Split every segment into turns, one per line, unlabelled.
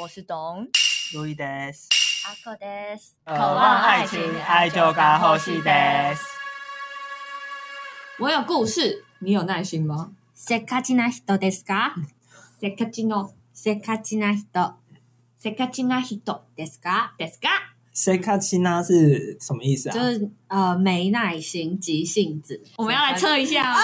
我是董
路易德斯，
阿克德斯，
渴
望爱情爱就该呼吸です
我有故事，你有耐心吗？
せっかちな人ですか
せっかちの
せっかちな人
せっかちな人
ですか
ですか？
谁看七呢是什么意思啊？
就是呃没耐心、急性子。
我们要来测 一下，哦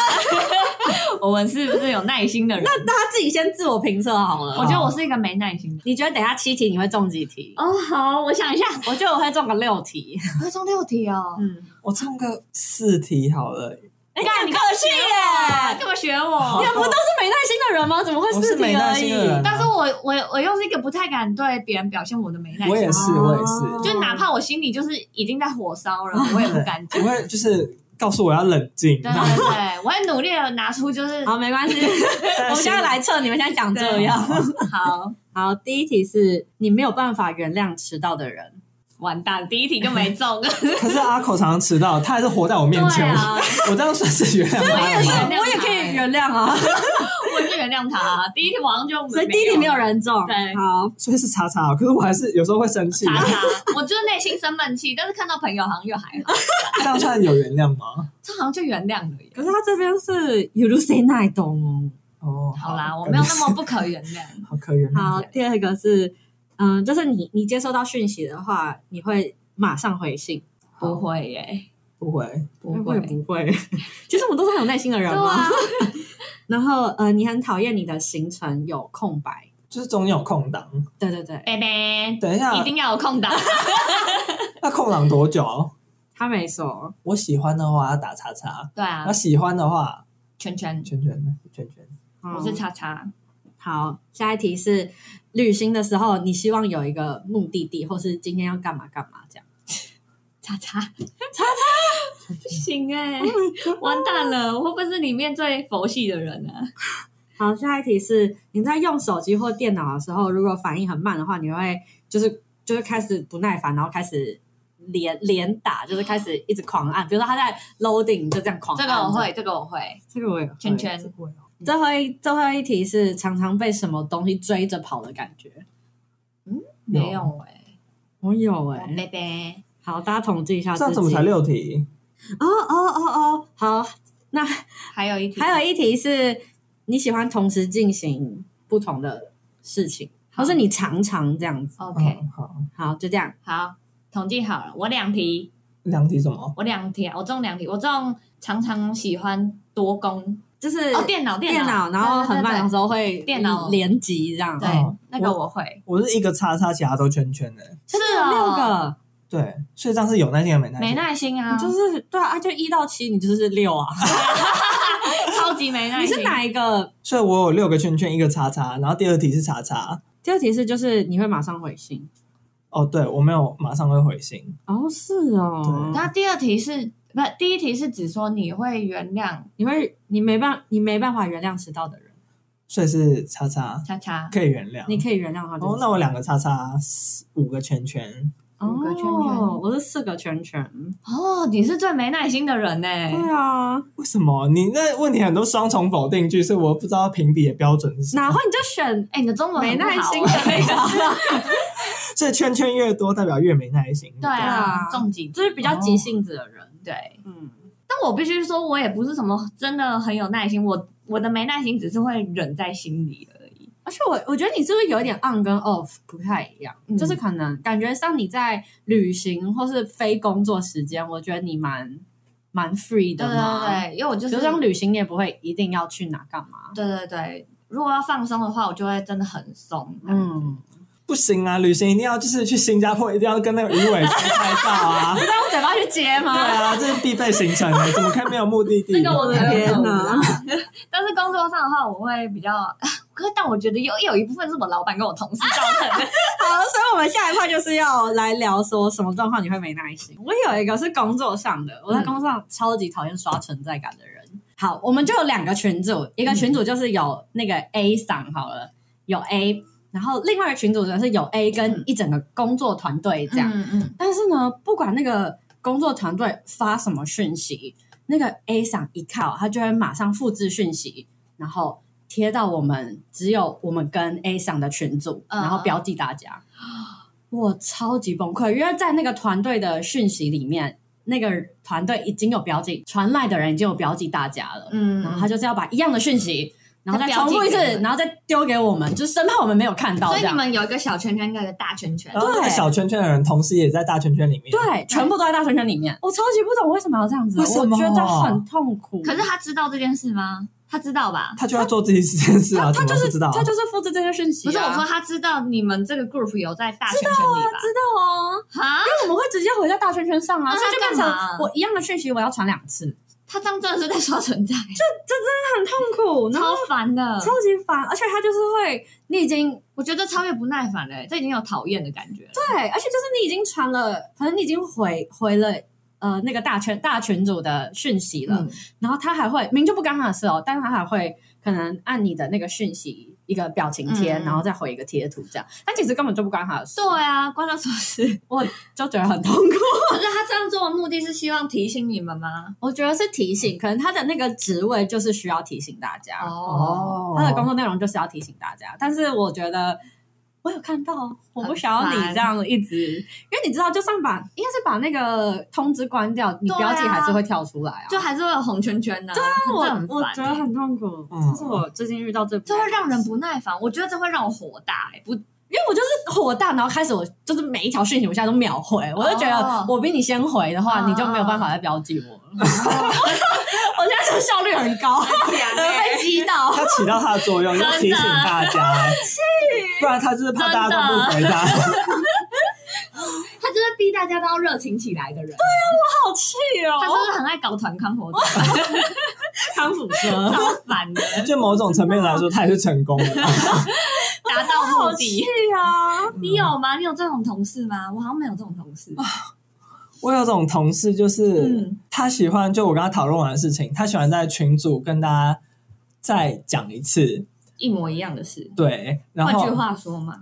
我们是不是有耐心的人？
他自己先自我评测好了。
我觉得我是一个没耐心的。
你觉得等一下七题你会中几题？
哦，好，我想一下，
我觉得我会中个六题。
我会中六题哦。
嗯，
我唱个四题好了，
哎，你
客气
干嘛
耶！
干嘛学我
你？们不都是没耐心的人吗？怎么会
我是
四
没
题
耐
而
心
已？
的人啊，
但是我我我又是一个不太敢对别人表现我的没耐心，
我也是，我也
哦
是，
就哪怕我心里就是已经在火烧 了，我也不敢讲。
我
对
会就是告诉我要冷静，
对啊对，我很努力的拿出就是
好，没 关系，我
我
们现在来测，你们现在讲这样。
啊
好，
好，第一题是你没有办法原谅迟到的人。
完蛋，第一题就没 中。
可是阿口常常迟到，他还是活在我面前，
对啊
我这样算是原谅
我也
他
是
吗？
我也可以原谅啊，
我就原谅他。第一题晚上就
所以第一题没有人中。
对
好，
所以是查查，可是我还是有时候会生气
查，他，我就是内心生闷气，但是看到朋友好像又还好，
这样算有原谅吗？
这好像就原谅了耶。
可是他这边是 you do say night 懂吗？
哦，
好啦，我没有那么不可原谅。
好可原
好，
谅。
第二个是，嗯，就是你你接收到讯息的话，你会马上回信，
不会耶，
不会，
不会。
不会？ 其实我们都是很有耐心的人
对
嘛。
啊，
然后呃，你很讨厌你的行程有空白，
就是中间有空档。
对对对，
贝贝，
等一下
一，定要有空档。
那空档多久？
他没说，
我喜欢的话要打叉叉，
对啊
那，喜欢的话
圈圈，
圈圈呢？圈圈。
我
我
是叉叉。
嗯好，下一题是旅行的时候，你希望有一个目的地，或是今天要干嘛干嘛这样。
叉叉，叉叉，不行哎、完蛋了！我会不会是里面最佛系的人呢、啊？
好，下一题是你在用手机或电脑的时候，如果反应很慢的话，你会就是就是开始不耐烦，然后开始连连打，就是开始一直狂按。比如说他在 loading 你就这样狂按，
这个我会，，这个我会。
这个我也会
圈。圈，
最后一最后一题是常常被什么东西追着跑的感觉。
没有哎、
我有哎、
我贝贝，
好，大家统计一下
这样
自
怎么
己。
才六题？
哦哦哦哦，好，那
还有一题，
还有一题是你喜欢同时进行不同的事情，或是你常常这样子。
OK，、
嗯，好，
好，就这样。
好，统计好了，我两题，
两题什么？
我两题啊，我中两题，我中常常喜欢多功
就是
哦，电脑
电
脑，
然后很慢的时
候，
候会
电脑
连级这样。
对
哦
那个
我
我会，
我是一个叉叉，其他都圈圈的。
是
有六
哦，
个，
对，所以这样是有耐心还是没耐心？
没耐心啊，
你就是对啊，就一到七，你就是六啊。
超级没耐
你
心，
是哪一个？
所以我有六个圈圈，一个叉叉，然后第二题是叉叉。
第二题是就是你会马上回信。
哦，对，我没有马上会回信。
哦，是哦
对，
那第二题是不？第一题是指说你会原谅
你会你没办你没办法原谅迟到的人，
所以是叉叉
叉叉，
可以原谅。
你可以原谅他就
哦
是。，
那我两个叉叉，五个圈圈。
五个圈圈
哦我是四个圈圈。
哦，你是最没耐心的人呢、
对啊，
为什么？你那问题很多双重否定句，所以我不知道评比的标准是什么。
哪会你就选
哎、你的中文
没
很不好
耐心的
欸
那个，
所以圈圈越多，代表越没耐心。
对啊，
啊
中几
就是比较急性子的人。
对。
嗯，
但我必须说，我也不是什么真的很有耐心，我我的没耐心只是会忍在心里而已。
而且我我觉得你是不是有一点 on 跟 off 不太一样？
嗯
就是可能感觉上你在旅行或是非工作时间，我觉得你蛮蛮 free 的
对
嘛。
对对，因为我就
比
是
如像旅行，你也不会一定要去哪干嘛。
对对对，如果要放松的话，我就会真的很松。嗯，
嗯，
不行啊，旅行一定要就是去新加坡，一定要跟那个鱼尾狮拍 照啊。
是用嘴巴去接
对
吗？
啊，这是必备行程欸怎么可以没有目的地？
这个我的
天哪
哪！ 但是工作上的话，我会比较，可是但我觉得有有一部分是我老板跟我同事造成的。
好，所以我们下一块就是要来聊说什么状况你会没耐心。我有一个是工作上的，我在工作上超级讨厌刷存在感的人。好，我们就有两个群组，一个群组就是有那个 A 赏好了，有 A，然后另外一个群组呢是有 A 跟一整个工作团队这样。
嗯嗯，
但是呢，不管那个工作团队发什么讯息，那个 A 赏一靠，他就会马上复制讯息，然后贴到我们只有我们跟 A 上的群组，
嗯
然后标记大家。 我超级崩溃，因为在那个团队的讯息里面，那个团队已经有标记，传来的人已经有标记大家了。
嗯
然后他就是要把一样的讯息，然后再重复一次
再标记给我，们
然后再丢给我们，就是生怕我们没有看到
所
这
以你
样。哦
们有一个小圈圈跟一个大圈圈
然，后那个
对
小圈圈的人，同时也在大圈圈里面。
对，全部都在大圈圈里面。我超级不懂为什么要这样子，
为什么
我觉得很痛苦。
可是他知道这件事吗？他知道吧？
他就要做自己这件事啊，
他
怎
他
么
就是
不知道？
他就是复制这些讯息、啊。
不是我说，他知道你们这个 group 有在大圈圈里
知道啊，
吧？啊，
因为我们会直接回在大圈圈上啊，
那他
所以就变
干嘛
成我一样的讯息我要传两次，
他这样真的是在刷存在，
很痛苦，然后
超烦的。
超级烦，而且他就是会，你已经
我觉得超越不耐烦了、欸，这已经有讨厌的感觉了。
对，而且就是你已经传了，可能你已经回回了呃那个大圈大群主的讯息了，
嗯
然后他还会明就不干他的事哦，但是他还会可能按你的那个讯息一个表情贴，
嗯
然后再回一个贴图这样，但其实根本就不干他的事，
对啊，关他什么事？
我就觉得很痛苦。
可是他这样做的目的是希望提醒你们吗？
我觉得是提醒，可能他的那个职位就是需要提醒大家，
哦，
哦，
他的工作内容就是要提醒大家，但是我觉得。我有看到，我不想要你
很烦
这样一直，因为你知道，就算把应该是把那个通知关掉，你
对啊
标记还是会跳出来啊。
就还是会有红圈圈的、对啊
我
这很
我
烦、
觉得
欸。
很痛苦，
嗯
这是我最近遇到最不
这会让人不耐烦，我觉得这会让我火大、 欸，不
因为我就是火大，然后开始我就是每一条讯息我现在都秒回，我就觉
哦
得我比你先回的话，
嗯
你就没有办法再标记我了。 我现在就效率哦很欸高，被击到。
他起到他的作用，要提醒大家， 不然他就是怕大家都不回他。
他就是逼大家都要热情起来的人。
好气哦
他是不是很爱搞团康活动？
康复生，
超烦的，
就某种层面来说，他也是成 功的。
达到 目
好气
的。嗯
啊！
你有吗？你有这种同事吗？我好像没有这种同事。
我有种同事，就是、
嗯
他喜欢，就我跟他讨论完的事情，他喜欢在群组跟大家再讲一次，
一模一样的事。
对，然
换句
后
话说嘛，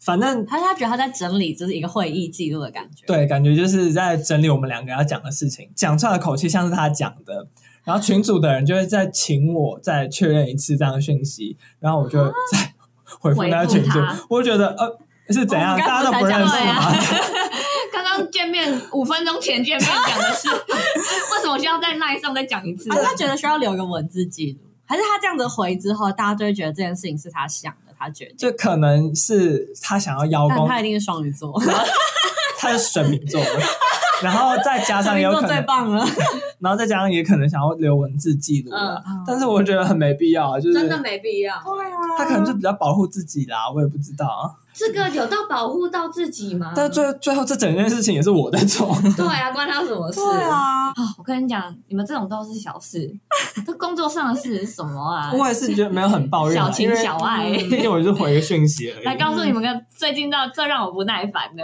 反正
他他觉得他在整理，就是一个会议记录的感觉。，
对，感觉就是在整理我们两个要讲的事情，讲出来的口气像是他讲的。然后群组的人就会再请我再确认一次这样的讯息，然后我就再回复那个群组
回复他。
我就觉得呃是怎
我
样，
们刚
大家
刚
都不认识吗？
刚刚见面五分钟前见面讲的事， 为什么需要在那上再讲一次？
而且他觉得需要留个文字记录，还是他这样子回之后，大家就会觉得这件事情是他想的，他决定。
就可能是他想要邀
但
功，
他一定是双鱼 座，
他是水瓶座的，然后再加上
双
也
鱼
有
座
可
最
能，
棒了。
然后再加上也可能想要留文字记录啊。
嗯
但是我觉得很没必要啊，就是
真的没必要。
对啊
他可能就比较保护自己啦，我也不知道啊。
这个有到保护到自己吗？
但最最后这整件事情也是我在做，
对啊，关他什么事？
对啊，
啊我跟你讲，你们这种都是小事，这工作上的事是什么 啊？
我也是觉得没有很抱怨啊，
小情
因为
小爱
嗯毕竟我就是回个讯息而
来
已。
告诉你们个最近到最让我不耐烦的，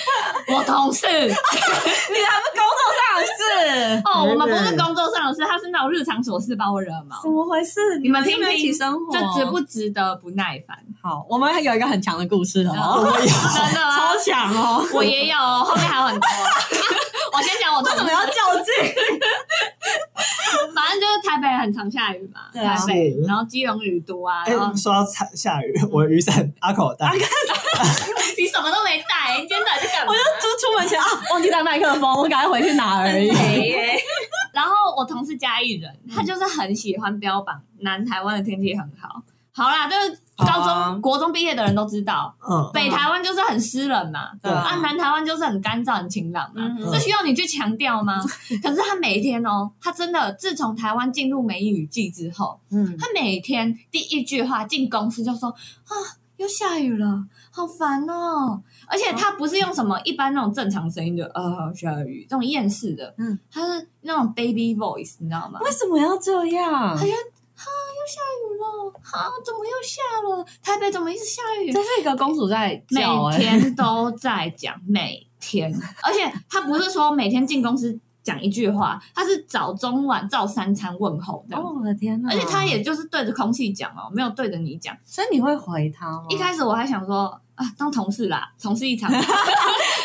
我同事
你还不啊工作上的事？
哦，我们不
真
是
的
工作上的事，他是那种日常琐事把我惹毛
怎，么回事？
你们
听
听
不
听
一起生
哦
活，
这值不值得不耐烦？
好？我们有一个很强的故事 哦，
我也
真的吗？
超强哦！
我也有，后面还有很多。啊 我先讲我同
为什么
事，
要较劲？
反正就是台北很常下雨嘛，
对啊
台北
是，
然后基隆雨多啊，
哎
然后，
说到下下雨，我的雨
嗯
伞阿口袋，
你什么都没带，你今天到底在干 嘛
我？就出出门前啊，忘记带麦克风，我赶快回去拿而已。
没耶然后我同事嘉义人，他就是很喜欢标榜南台湾的天气很好。好啦，就是高中、
好啊
国中毕业的人都知道，
嗯，
北台湾就是很湿冷嘛，
对啊
啊，南台湾就是很干燥、很晴朗嘛。
嗯
这需要你去强调吗？可是他每天哦，他真的自从台湾进入梅雨季之后，
嗯，
他每天第一句话进公司就说啊，又下雨了，好烦哦。而且他不是用什么一般那种正常声音的啊下雨这种厌世的，嗯
嗯，
他是那种 baby voice，你知道吗？啊
为什么要这样？
雨了，啊，怎么又下了？台北怎么一直下雨？
这是一个公主在
每
叫哎、
天都在讲， 每天，而且他不是说每天进公司讲一句话，他是早中晚照三餐问候这 样。
哦，我的天哪！
而且他，也就是对着空气讲哦，没有对着你讲。
所以你会回他吗？
一开始我还想说啊，当同事啦，同事一场。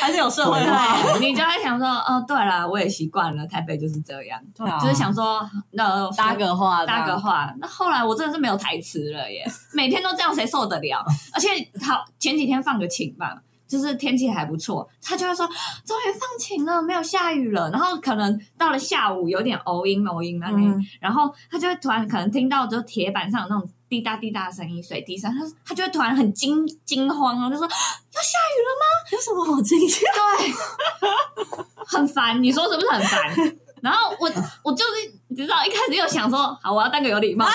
还是有社会化。
对，你就会想说，哦，对了，我也习惯了，台北就是这样，
对啊
就是想说，那
搭个话，
搭个话。那后来我真的是没有台词了耶，每天都这样，谁受得了？而且好，前几天放个晴吧。就是天气还不错，他就会说终于放晴了，没有下雨了。然后可能到了下午有点偶阴偶阴那里，
嗯，
然后他就会突然可能听到就是铁板上有那种滴答滴答的声音，水滴声，他他就会突然很惊惊慌，然后就说
有什么好惊讶？
很烦，你说是不是很烦？然后我我就是你知道，一开始又想说，好，我要当个有礼貌的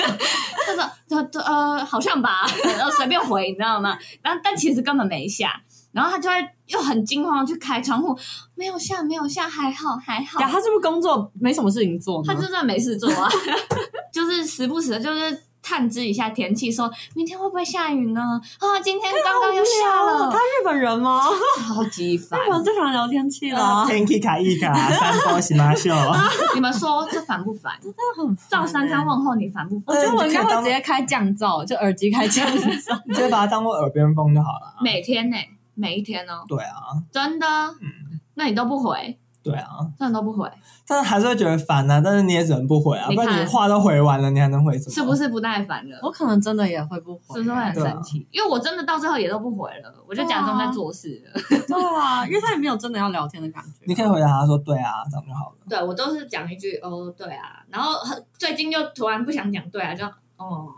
人，但是就就呃，好像吧， 然后随便回，你知道吗？然后但其实根本没下，然后他就会又很惊慌地去开窗户，没有下，没有下，还好还好
呀，。他是不是工作没什么事情做
他
呢
就？算没事做啊， 就是时不时的就是探知一下天气，说明天会不会下雨呢？啊，今天刚刚又下
好无聊哦他
了，
日本人吗？
超级烦
日本人最喜欢聊天气了
呃
啊，
嗯天气卡一卡，三波洗马 秀，
你们说这烦不烦？欸
真的很
赵珊珊问候你烦不
我
烦？
觉得我应该会直接开降噪，就耳机开降噪。
你就把它当做耳边风就好了。啊
每天呢、每一天哦，
对啊，
真的。那你都不回，
对啊，
嗯真的都不回，
但是还是会觉得烦啊。但是你也只能不回啊，
你
不
看
然你话都回完了，你还能回什么？
是不？是不耐烦了？
我可能真的也会不回，
是不是会很
对啊
生气？因为我真的到最后也都不回了，我就假装在做事了。
对啊，因为他也没有真的要聊天的感觉。
你可以回答他说：“对啊，这样就好了。
对我都是讲一句哦，对啊，然后很最近就突然不想讲对啊，就哦，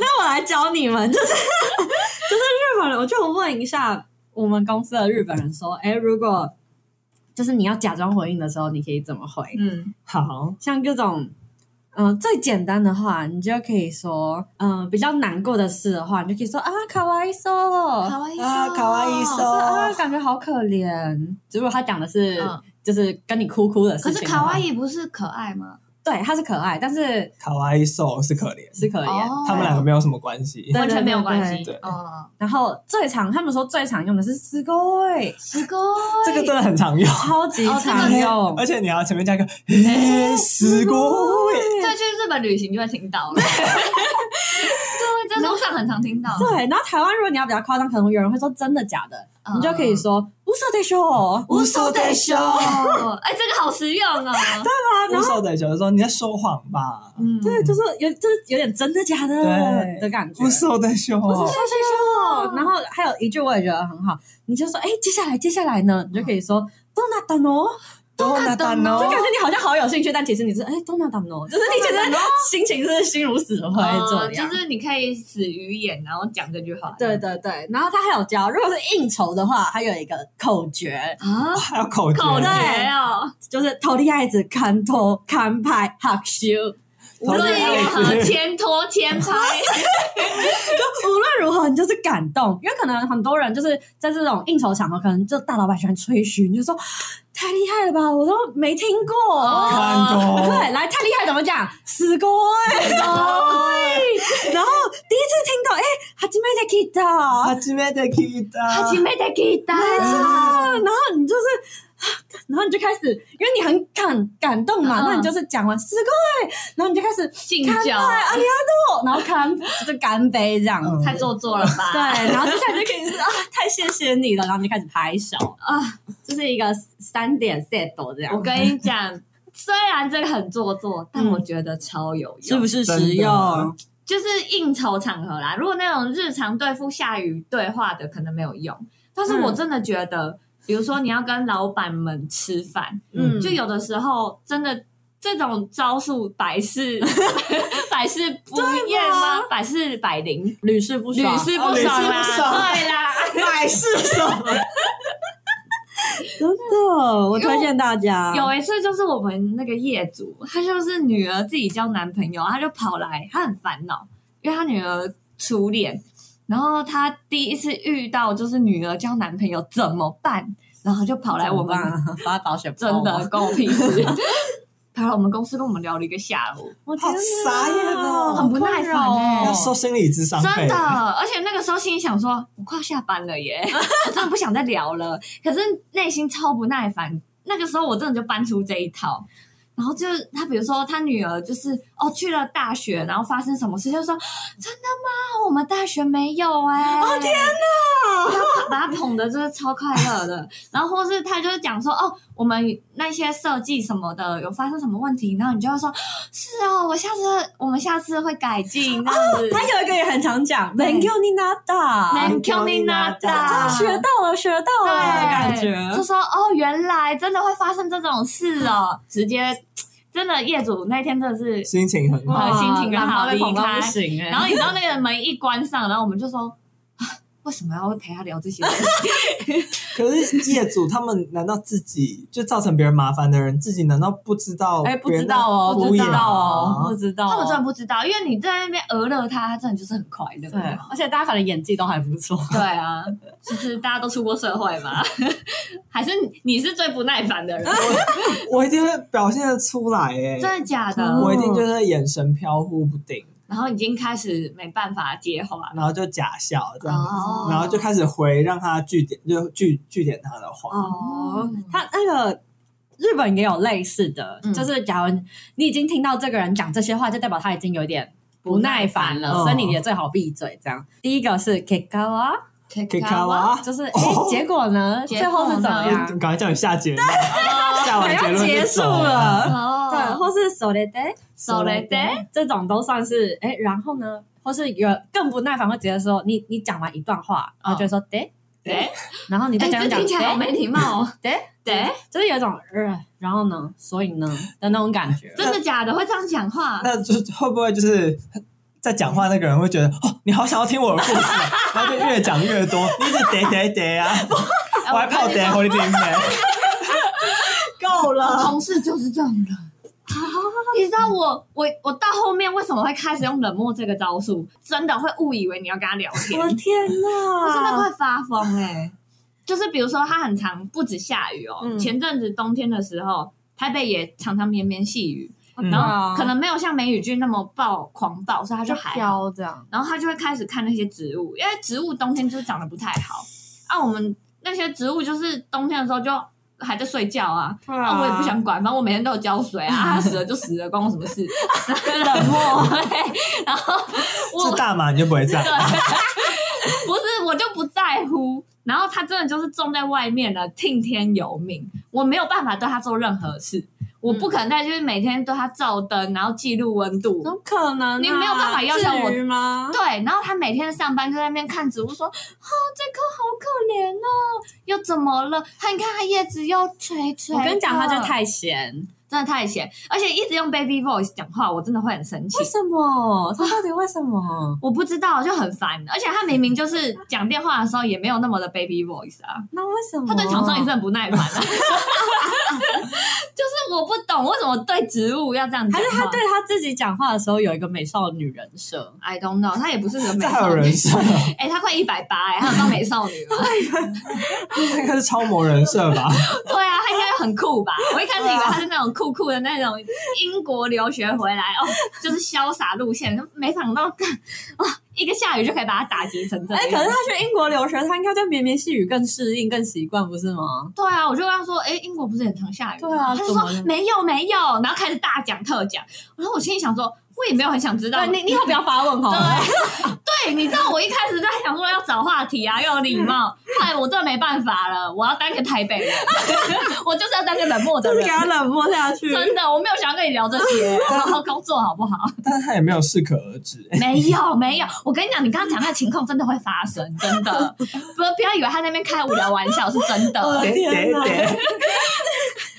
那我来教你们，就是 就是日本人，我就问一下我们公司的日本人说，哎，如果就是你要假装回应的时候，你可以怎么回？
嗯，”
好，
像各种，嗯、最简单的话，你就可以说，嗯、比较难过的事的话，你就可以说啊，卡哇伊嗦，
卡哇伊
啊卡哇伊
就是啊，
嗦，
感觉好可怜。如果他讲的是、
嗯
就是跟你哭哭的事
可
情，
是卡哇，伊不是可爱吗？
对，他是可爱，但是
卡哇伊瘦是可怜，
是可怜。
哦
他们两个没有什么关系。
对
完全没有关
对
系
对对
哦，
然后最常他们说最常用的是すごい，
すご
这个
い
真的很常用，
超级
哦这个
常
是
用。
而且你要前面加一个“嘿，死过
这去日本旅行就会听到了，对，在路上很常听到，
对，然后台湾如果你要比较夸张，可能有人会说真的假的，
嗯
你就可以说无所得说，
无所得修
哦，哎，这个好实用哦，
无所得修”，说你在说谎吧，
嗯，
对，就是有就是有点真的假的
对
的感觉。
无所得修，
说然后还有一句我也觉得很好，你就说，哎，接下来接下来呢，你就可以说どうなったの？
どうなったの
就感觉你好像好有兴趣，但其实你是哎どうなったの？就是你其实心情是心如死灰
哦
这
就
样。
是你可以死鱼眼，然后讲这句话，
对对对，然后他还有教，如果是应酬的话，还有一个口诀，
啊，
还有口诀，
口诀
对
哦，
就是头里爱子看头看拍哈修。
口
无
诀
论如何牵拖牵拍，
无论如何，你就是感动，因为可能很多人就是在这种应酬场合，可能就大老板喜欢吹嘘，你就说太厉害了吧，我都没听过。
哦
看
对，
懂，
来太厉害怎么讲？死过然后第一次听到，哎、哈基梅的 kita，
初めて聞い
他前
た。
面的给打，嗯
然后你就是，然后你就开始，因为你很感感动嘛，
嗯
那你就是讲完死过然后你就开始
敬
干杯，
酒，
阿里阿多，然后干就干杯这样子。
嗯
太做作了吧？
对，然后接下来就可以是啊，太谢谢你了，然后你就开始拍手
啊，哦
这是一个三点 set 这样
我，跟你讲，虽然这个很做作，但我觉得超有用，
是不是
真的
实用？
就是应酬场合啦，如果那种日常对付下雨对话的，可能没有用。但是我真的觉得，比如说你要跟老板们吃饭，
嗯
就有的时候真的这种招数百试 百试不厌吗？百试百灵，
屡试不
屡
爽，啊
试
哦
不
屡试
爽啊
不
啦，
爽
对啦。
百事手，
真的，我推荐大家。
有欸一次就是我们那个业主，她就是女儿自己交男朋友，她就跑来，她很烦恼，因为她女儿初恋，然后她第一次遇到就是女儿交男朋友怎么办，然后就跑来我们
发保险
真的，关我屁事，跑来我们公司跟我们聊了一个下午，
我
好傻眼哦
很不耐烦欸
要收心理智商
真
费
的，，而且那个时候心里想说，我快要下班了耶， 我真的不想再聊了。可是内心超不耐烦。那个时候我真的就搬出这一套，然后就是他，比如说他女儿就是哦去了大学，欸然后发生什么事，就说真的吗？我们大学没有哎、哦天他把他捧的就是超快乐的，然后或是他就是讲说哦，我们那些设计什么的有发生什么问题，然后你就会说，是哦，我下次我们下次会改进这样子。
他有一个也很常讲，Thank you, n a d a
Thank you, Ninada
学到了，学到
对，
了，感觉。
就说哦，原来真的会发生这种事哦，直接真的业主那天真的是
心情很好。
哇心情很好
被捧到
离开
不行哎。
然后你知道那个门一关上，然后我们就说，啊为什么要陪他聊这些东西？
可是业主他们难道自己就造成别人麻烦的人，自己难道不知道？
哎，不知道哦，
敷
不知
衍
道哦，不
吗？
知道哦。
他们真的不知道，因为你在那边讹了他，他真的就是很快乐。
对，而且大家反正演技都还不错。
对啊，就是大家都出过社会嘛，还是你你是最不耐烦的人？
我一定会表现的出来哎、
真的假
我
的？
一定就是眼神飘忽不定，
然后已经开始没办法接话了。
然后就假笑这样，
哦
然后就开始回让他据点，就据据点他的话。
哦
嗯，
他那个日本也有类似的，
嗯
就是假如你已经听到这个人讲这些话，就代表他已经有点不耐烦了，
嗯
所以你也最好闭嘴。这样，第一个是 kikawa，
可以看哇，
就是哎、
哦
结果呢？
结
最后是怎么
果
样？
赶快叫你下结论，下完结
啊要
论就
结束
走了。
了，对，
哦，
或是 s o l e d a
手雷得，
这种都算是哎、然后呢？或是有更不耐烦，会直接说你你讲完一段话，然后就说得，
对，
然后你再
哎，
讲
哦这
讲
听起来好
得
没礼貌哦。
得，
对，
就是有一种呃，然后呢，所以呢的那种感觉。
真的假的？会这样讲话？
那就是会不会就是在讲话那个人会觉得哦，你好想要听我的故事，然后就越讲越多，你一直喋喋喋啊，
哎
我还泡
跟你
喋
说
回你没？
够
我，同事就是这种人。你知道我我我到后面为什么会开始用冷漠这个招数？真的会误以为你要跟他聊天，
我
我
的天哪！
真的快发疯哎、就是比如说，它很长，不止下雨哦。
嗯
前阵子冬天的时候，台北也常常绵绵细雨，
嗯
然
啊
后可能没有像梅雨季那么暴狂暴，所以它就还好。
飘这样。
然后它就会开始看那些植物，因为植物冬天就是长得不太好啊。我们那些植物就是冬天的时候就还在睡觉啊，啊，我也不想管，反正我每天都有浇水啊，他死了就死了，关我什么事？冷漠，对然后我
是大码你就不会这样
对，不是我就不在乎。然后他真的就是种在外面了，听天由命，我没有办法对他做任何事，我不可能再就是每天对他照灯，然后记录温度。
怎么可能啊、
你没有办法要求我
至于吗？
对，然后他每天上班就在那边看植物，说：“啊、这棵好可怜哦，又怎么了？它你看它叶子又垂垂。”
我跟你讲，他就太闲。
真的太闲，而且一直用 baby voice 讲话，我真的会很生气
为。什么？他到底为什么？
我不知道，就很烦。而且他明明就是讲电话的时候也没有那么的 baby voice 啊，
那为什么？
他对厂商也是很不耐烦啊。
哦
就是我不懂为什么对植物要这样
还
讲
是
话，
他对他自己讲话的时候有一个美少女人设？
I don't know，他也不是个美
这还
少
有
女
人。设，
哎、他快一百八哎，他有当美少女吗？
这 应该是超模人设吧？
对啊，他应该很 酷吧？我一开始以为
啊
他是那种酷酷的那种英国留学回来哦， 就是潇洒路线，没想到哇、一个下雨就可以把他打击成这样。
哎、可是他去英国留学，他应该对绵绵细雨更适应、更习惯，不是吗？
对啊，我就跟他说，哎、英国不是很常下雨吗？
对啊
他就
怎么了
说没有没有，然后开始大讲特讲，然后我心里想说，我也没有很想知道
对，你你以后不要发问好了。
对对，你知道我一开始在想说要找话题啊，要有礼 貌，后来我真的没办法了，我要当个台北人，我就是要当个冷漠的
就是
人
给。他冷漠下去。
真的，我没有想要跟你聊这 些，好好工作好不好？
但是他也没有适可而止。
没有，没有。我跟你讲，你刚刚讲那个情况真的会发生，真 的。不不要以为他在那边开无聊玩笑，是真
我
的
的。天哪
得得得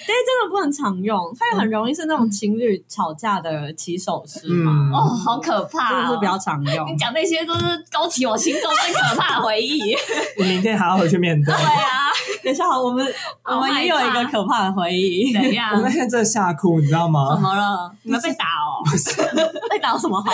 但是真的不能常用，它也很容易是那种情侣吵架的起手式嘛。
嗯
哦，好可
真
怕、
的
哦！
是比较常
你
用。
讲那些都是勾起我心中最可怕的回忆。
你明天还要回去面对
对。啊，
等一下，我们我们也有一个可怕的回忆，
怎样
我？那天真的吓哭，你知道
怎
吗？
么了？你们被打哦？
被打有什么好？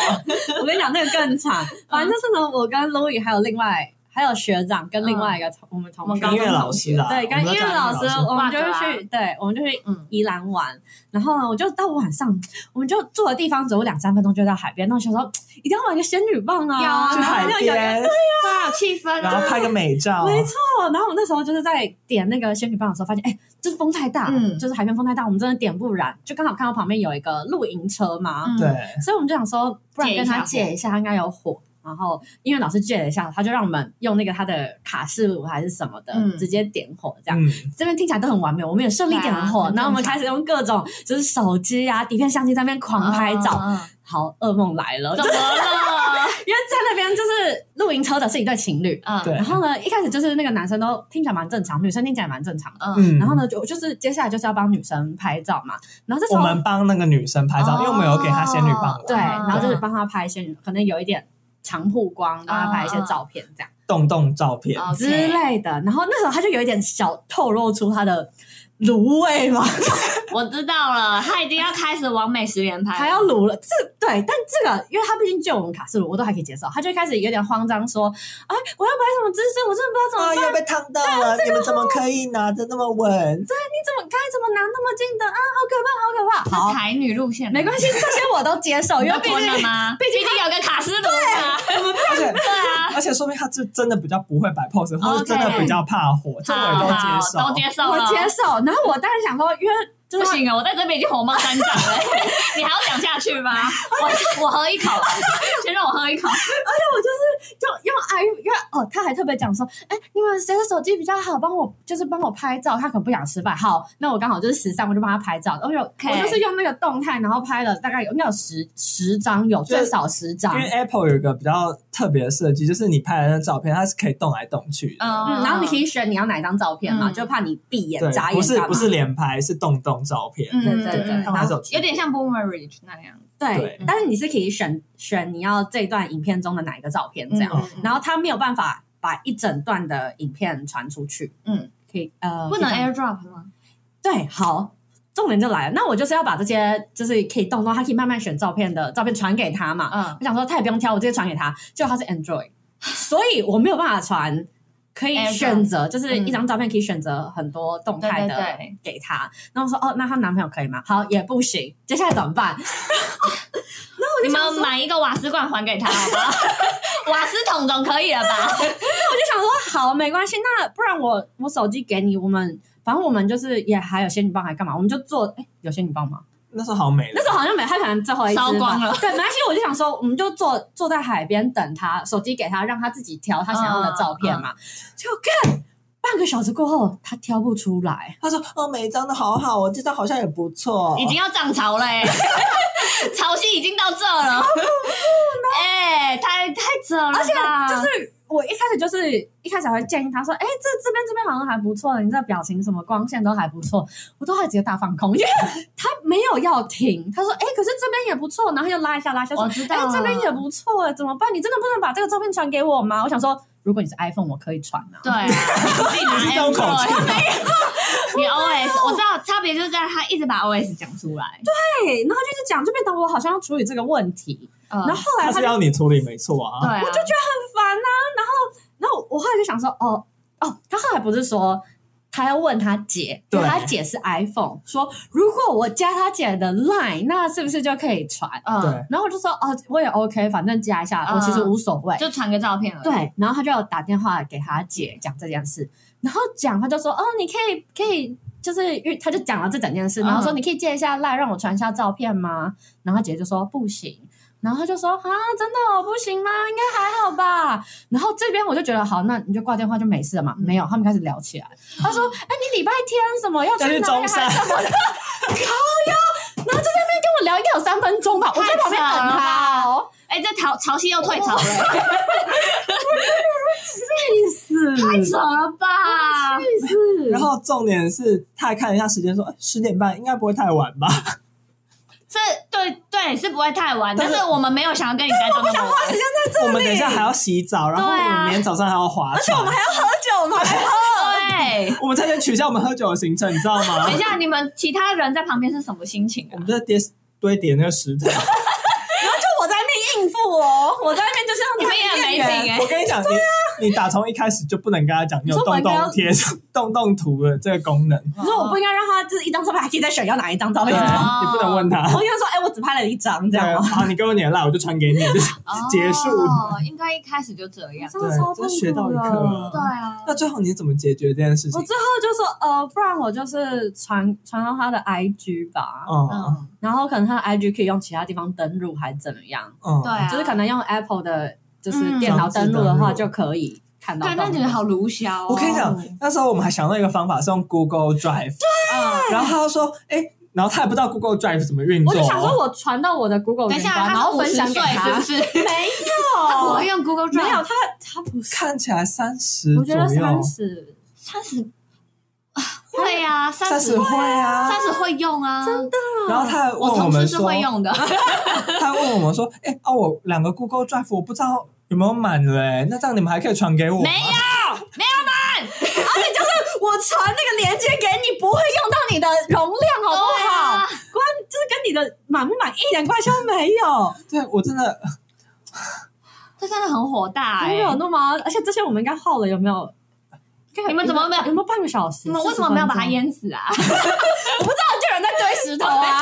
我跟你讲，那个更惨。反正就是呢，我跟 Louis 还有另外还有学长跟另外一个同我们同
我
学
们高
音
中，
乐老师啊，
对，跟
我
音
们都
乐
叫
老师，我们就
挂着
会
啊
去，对，我们就去
嗯
宜兰玩。然后呢，我就到晚上，我们就住的地方只有两三分钟就到海边。那我想说，一定要买个仙女棒啊，
有啊
去
然后
海
要有一个
边，
对啊，气氛
然后拍个美照，
没错，然后我们那时候就是在点那个仙女棒的时候，发现哎，就是风太大，
嗯
就是海边风太大，我们真的点不燃。就刚好看到旁边有一个露营车嘛，
嗯
对，
所以我们就想说，不然跟他借一下，应该有火。然后音乐老师借了一下，他就让我们用那个他的卡式炉还是什么的，
嗯
直接点火这样。
嗯，
这边听起来都很完美，我们也顺利点
对啊
火，
很
然后我们
正常
开始用各种就是手机啊、底片相机在那边狂拍照。
啊
好，噩梦来了，
嗯怎么了？
因为在那边就是露营车的是一对情侣，
嗯，
对
然后呢，一开始就是那个男生都听起来蛮正常，女生听起来蛮正常的。
嗯，
嗯，
然后呢，就就是接下来就是要帮女生拍照嘛，然后这时
我
候哦
们帮那个女生拍照，因为我们有给她仙女棒
对，
玩，
然后就是帮她拍一些可能有一点长曝光，啊帮她拍一些照片这样
动动照片，啊
哦
之类的。然后那时候他就有一点小透露出他的卤味嘛，
我知道了，他已经要开始往美食连拍了，
还要卤了，这对，但这个因为他毕竟救我们卡斯鲁，我都还可以接受。他就开始有点慌张说：“哎，我要摆什么姿势？我真的不知道怎么
啊，
办，
又被烫到了，你们怎么可以拿着那么稳？
你怎么该怎么拿那么近的啊？好可怕，好可怕！
是台女路线，
没关系，这些我都接受，
系
因
要
为毕
吞了
竟
吗？毕竟有个卡斯炉啊，
而且
对啊，
而且说明他是真的比较不会摆 pose，
哦
或者
OK
真的比较怕火，这我也
好
都
好
接受。
都接受
我
了，
接受。然后我当然想说，因为
不
就是
行啊！我在这边已经火冒三丈了， 你还要讲下去吗？我我喝一口，先让我喝一口。
就用哎，因为哦，他还特别讲说，哎，你们谁的手机比较好，帮我就是帮我拍照，他可能不想失败。好，那我刚好就是十三，我就帮他拍照，然后有
OK
我就是用那个动态，然后拍了大概有应该有十十张，有
就是
最少十张
因。为 Apple 有一个比较特别的设计，就是你拍的那照片，它是可以动来动去的，
嗯，
嗯
然后你可以选你要哪张照片嘛，
嗯
就怕你闭眼
对
眨，眼
不是
干嘛
不是连拍，是动动照片。
嗯
对对对，
他
嗯
然
们还是
后
有
有点像 boomerang 那样。
对
对，
但是你是可以选选你要这段影片中的哪一个照片这样，
嗯
然后他没有办法把一整段的影片传出去，
嗯，
可以呃
不能
可以这样
airdrop 吗？
对，好，重点就来了。那我就是要把这些，就是可以动动，他可以慢慢选照片的照片传给他嘛。
嗯
我想说他也不用挑，我直接传给他，就他是 Android，所以我没有办法传。可以
Android 嗯
选择，就是一张照片可以选择很多动态的
对对对
给他。然后说哦，那她男朋友可以吗？好，也不行。接下来怎么办？
你们买一个瓦斯罐还给他，好吧？ 瓦斯桶总可以了吧？
我就想说，好，没关系，那不然我我手机给你，我们反正我们就是也还有仙女棒，还干嘛？我们就做，哎、有仙女棒吗？
那时候好美了，
那时候好像没，他可能最后一只吧
烧光了
对，没关系，我就想说，我们就坐坐在海边等他，手机给他，让他自己挑他想要
嗯
的照片嘛。就看半个小时过后，他挑不出来，
他说：“哦，每一张都好好，哦，这张好像也不
哦
错。”哦
已经要涨潮了哎， 潮汐已经到这了。哎，太太扯了吧，而且
就是。我一开始就是一开始还会建议他说：“哎、这这边这边好像还不错，你这表情什么光线都还不错。”我都还直接大放空， 因为他没有要停。他说：“哎、可是这边也不错。”然后又拉一下拉一下，说
我知
哎、
道了
这边也不错，哎怎么办？你真的不能把这个照片传给我吗？我想说，如果你是 iPhone，我可以传啊。
对啊，自己拿
是这种口气
Android 你 OS 我知道差别就在他一直把 OS 讲出来，
对，然后就是讲，就变成我好像要处理这个问题，
然
然后后来
嗯他
他就
是要你处理，没错
嗯对
啊。
啊，我就觉
很烦啊，然后然后我后来就想说，哦哦，他后来不是说。他要问他姐，因为
对
他姐是 iPhone，说如果我加他姐的 Line，那是不是就可以传？
得嗯，
对，
然后我就说哦，我也 OK，反正加一下，我其实
嗯
无所谓。
就传个照片而已。
对，然后他就有打电话给他姐讲这件事，然后讲他就说哦，你可以可以，就是因为他就讲了这整件事，然后说
嗯
你可以借一下赖让我传一下照片吗？然后他姐就说不行。然后他就说啊，真的哦，不行吗？应该还好吧。然后这边我就觉得好，那你就挂电话就没事了嘛。没有，他们开始聊起来。他说：“哎、你礼拜天什么要去
要去
哪
中
里
山
还是什么的？”靠腰，然后就在那边跟我聊，应该有三分钟吧。我在旁边
太扯
等
了
他、哦，
哎，这潮潮汐又退潮了，欸
气死，
太扯了吧？
气死。
然后重点是，他还看了一下时间，说十点半应该不会太晚吧？
这对对是不会太晚，
但
但
是
是我们没有想要跟你待到那么晚。
我们等一下还要洗澡，然后我
对啊
们明天早上还要划船，我们还要
酒吗？
对，
我们差点取消我们喝酒的行程，你知道吗
等一？下你们其他人在旁边是什么心情
我
啊？
们就在叠堆叠那个石头。
我在那边应付哦，我在那边就是
你
要
们也很没
演
品
员
哎
我，跟你讲，你你打从一开始就不能跟他讲你有
啊你说我
动
应该要
动贴、动动图的这个功能，
你说我不应该让他就是一张照片还可以再选要哪一张照
对，
片。
哦
我
你不能问他。
跟他说，哎，我只拍了一张这样
对，
吗？
好，你给我你的赖，我就传 给你，就是
哦
结束。
应该一开始就这样。
真的超痛
对这学到
苦
一课
的
了。
对啊，
那最后你怎么解决这件事情
我？最后就说，呃，不然我就是传传到他的 IG 吧，
嗯
嗯，
然后可能他的 IG 可以用其他地方登录，还怎么样？
嗯，
对啊
就是可能用 Apple 的就是电脑登录的话就可以看到
对，
动
那
态。
你们好卢小哦。
我跟你讲，那时候我们还想到一个方法，是用 Google Drive，
嗯，
然后他就说，哎，然后他也不知道 Google Drive 怎么运作
我就想说，
哦。
我传到我的 Google
等一
云
下，
端，然
他
后
五
分
十
享
岁
给
是
他
不。是？
没
他不会
有，
用 Google
哦没有，
Drive，
他他不是，
看起来三十
我
左
觉得
右
三，十
三十会啊，三
三十
十
会啊，
三十会用啊，真的，
然后他还问
我同
们
事是
说，
会用的。
他问我们说，哎、啊，我两个 Google Drive 我不知道有没有满了、欸，那这样你们还可以传给我吗？
没有
我传那个链接给你，不会用到你的容量， 好不好？
啊，
关就是跟你的满不满一点关系都没有，
对我真的
这真的很火大哎
没！有那么。而且之前我们应该耗了有没有？
你们怎么没有
有没有半个小时？
你们为什么没有把它
40分钟？
淹死啊？
就有人在堆石头啊！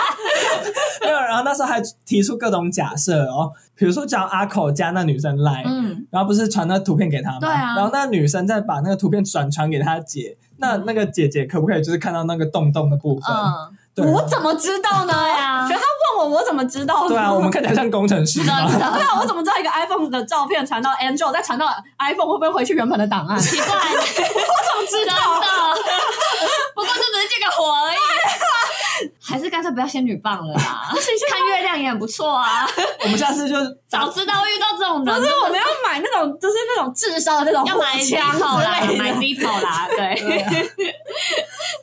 没有。然后那时候还提出各种假设哦，比如说讲阿口加那女生赖、
嗯，
然后不是传那图片给他吗？
对啊
然后那女生再把那个图片转传给他姐，那那个姐姐可不可以就是看到那个洞洞的部分？
啊
嗯，
对，啊
我怎么知道呢？
对啊
觉得他问我，我怎么知道呢？
对啊，我们看起来像工程师
真
吗？
对
的
啊，我怎么知道一个 iPhone 的照片传到 Android，再传到 iPhone 会不会回去原本的档案？
奇怪，我怎么知道？不过就只是这个火而已， 还是干脆不要仙女棒了啦。 看月亮也很不错啊，
我们下次就
早知道遇到这种人，
不是，我们要买那种就是那种智商的那种
要买
火枪
Zippo 啦，
之类的
买 Zippo 啦，对，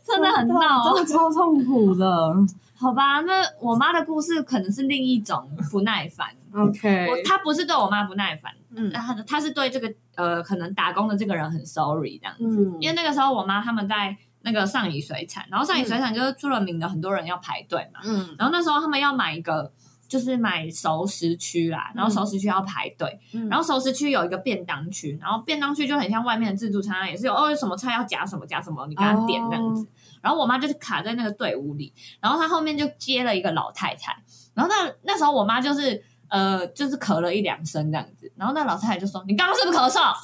真的很闹啊。
真的超痛苦的。
好吧，那我妈的故事可能是另一种不耐烦。我
OK，
她不是对我妈不耐烦，
嗯
她她是对这个呃可能打工的这个人很 sorry 这样。
嗯
因为那个时候我妈他们在那个上乙水产，然后上乙水产就是出了名的很多人要排队嘛，
嗯
然后那时候他们要买一个。就是买熟食区啦，然后熟食区要排队，
嗯
然后熟食区有一个便当区，然后便当区就很像外面的自助餐啊，也是有哦什么菜要夹什么夹什么，你给他点这
哦
样子。然后我妈就是卡在那个队伍里，然后她后面就接了一个老太太，然后那那时候我妈就是呃就是咳了一两声这样子，然后那老太太就说：“你刚刚是不是咳嗽？”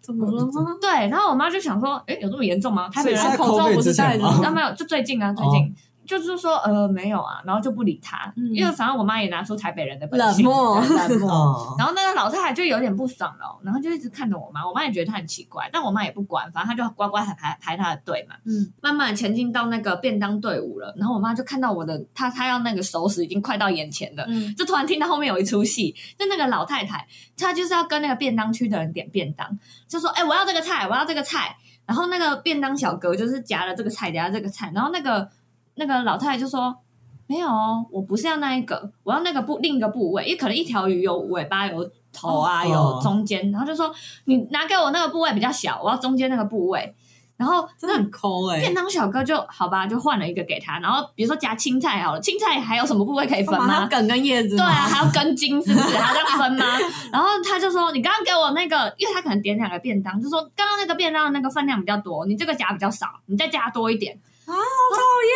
怎么了吗？
对，然后我妈就想说，哎，有这么严重吗？台北
是在
人口罩
COVID
不是
之
戴
前
着
吗
吗？啊，没有，就最近啊，最近。就是说，呃，没有啊，然后就不理他，
嗯
因为反正我妈也拿出台北人的本
冷
性，
漠
对冷漠。
哦，
然后那个老太太就有点不爽了，然后就一直看着我妈，我妈也觉得她很奇怪，但我妈也不管，反正她就乖乖排排排她的队嘛。
嗯，
慢慢地前进到那个便当队伍了，然后我妈就看到我的，她她要那个熟食已经快到眼前了，
嗯
就突然听到后面有一出戏，就那个老太太，她就是要跟那个便当区的人点便当，就说：“哎、我要这个菜，我要这个菜。”然后那个便当小哥就是夹了这个菜，夹了这个菜，然后那个那个老太太就说：“没有哦，我不是要那一个，我要那个部另一个部位，因为可能一条鱼有尾巴有。”头啊，
哦
有中间，然后就说你拿给我那个部位比较小，我要中间那个部位。然后
真的
那
很抠哎，
便当小哥就好吧，就换了一个给他。然后比如说夹青菜好了，青菜还有什么部位可以分
干嘛还
吗
有？梗跟叶子
对
吗
啊，还要跟筋是不是？还要这样分 吗？然后他就说：“你刚刚给我那个，因为他可能点两个便当，就说刚刚那个便当的那个分量比较多，你这个夹比较少，你再加多一点。
啊，好讨厌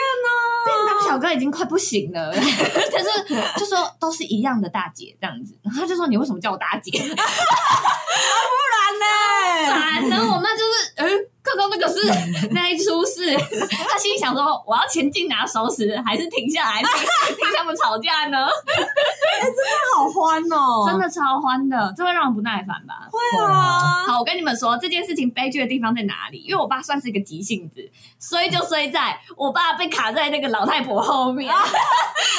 便当小哥已经快不行了，但是就说都是一样的大姐这样子。然后他就说：“你为什么叫我大 姐？”
哦，烦呢。
烦。然后我妈就是，嗯、刚刚那个 是那一出事，她心里想说，我要前进拿熟食，还是停下来听听他们吵架呢？
好欢哦，
真的超欢的，这会让人不耐烦吧？
对啊，
好，我跟你们说这件事情悲剧的地方在哪里？因为我爸算是一个急性子，衰就衰在我爸被卡在那个老太婆 后面，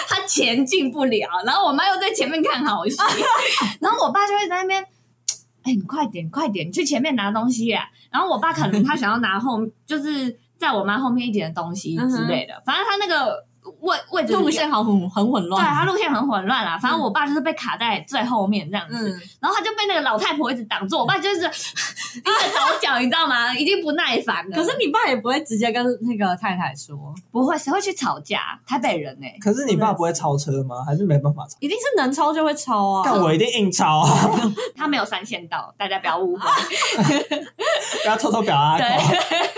他前进不了，然后我妈又在前面 看好戏，然后我爸就会在那边。哎、你快点，快点，你去前面拿东西啊！然后我爸可能他想要拿后，就是在我妈后面一点的东西之类的，反正他那个位位置
嗯路，线好嗯很很混
对啊
乱，
他路线很混乱啦。反正我爸就是被卡在最后面这样子，
嗯，
然后他就被那个老太婆一直挡住，我爸就是一直倒脚，你知道吗？已经不耐烦了。
可是你爸也不会直接跟那个太太说，
不会，谁会去吵架？台北人哎、
可是你爸不会超车吗？还是没办法超？
一定是能抄就会抄啊。
但我一定硬超啊！
他没有三线道，大家不要误会。
不要偷偷表阿口啊
对。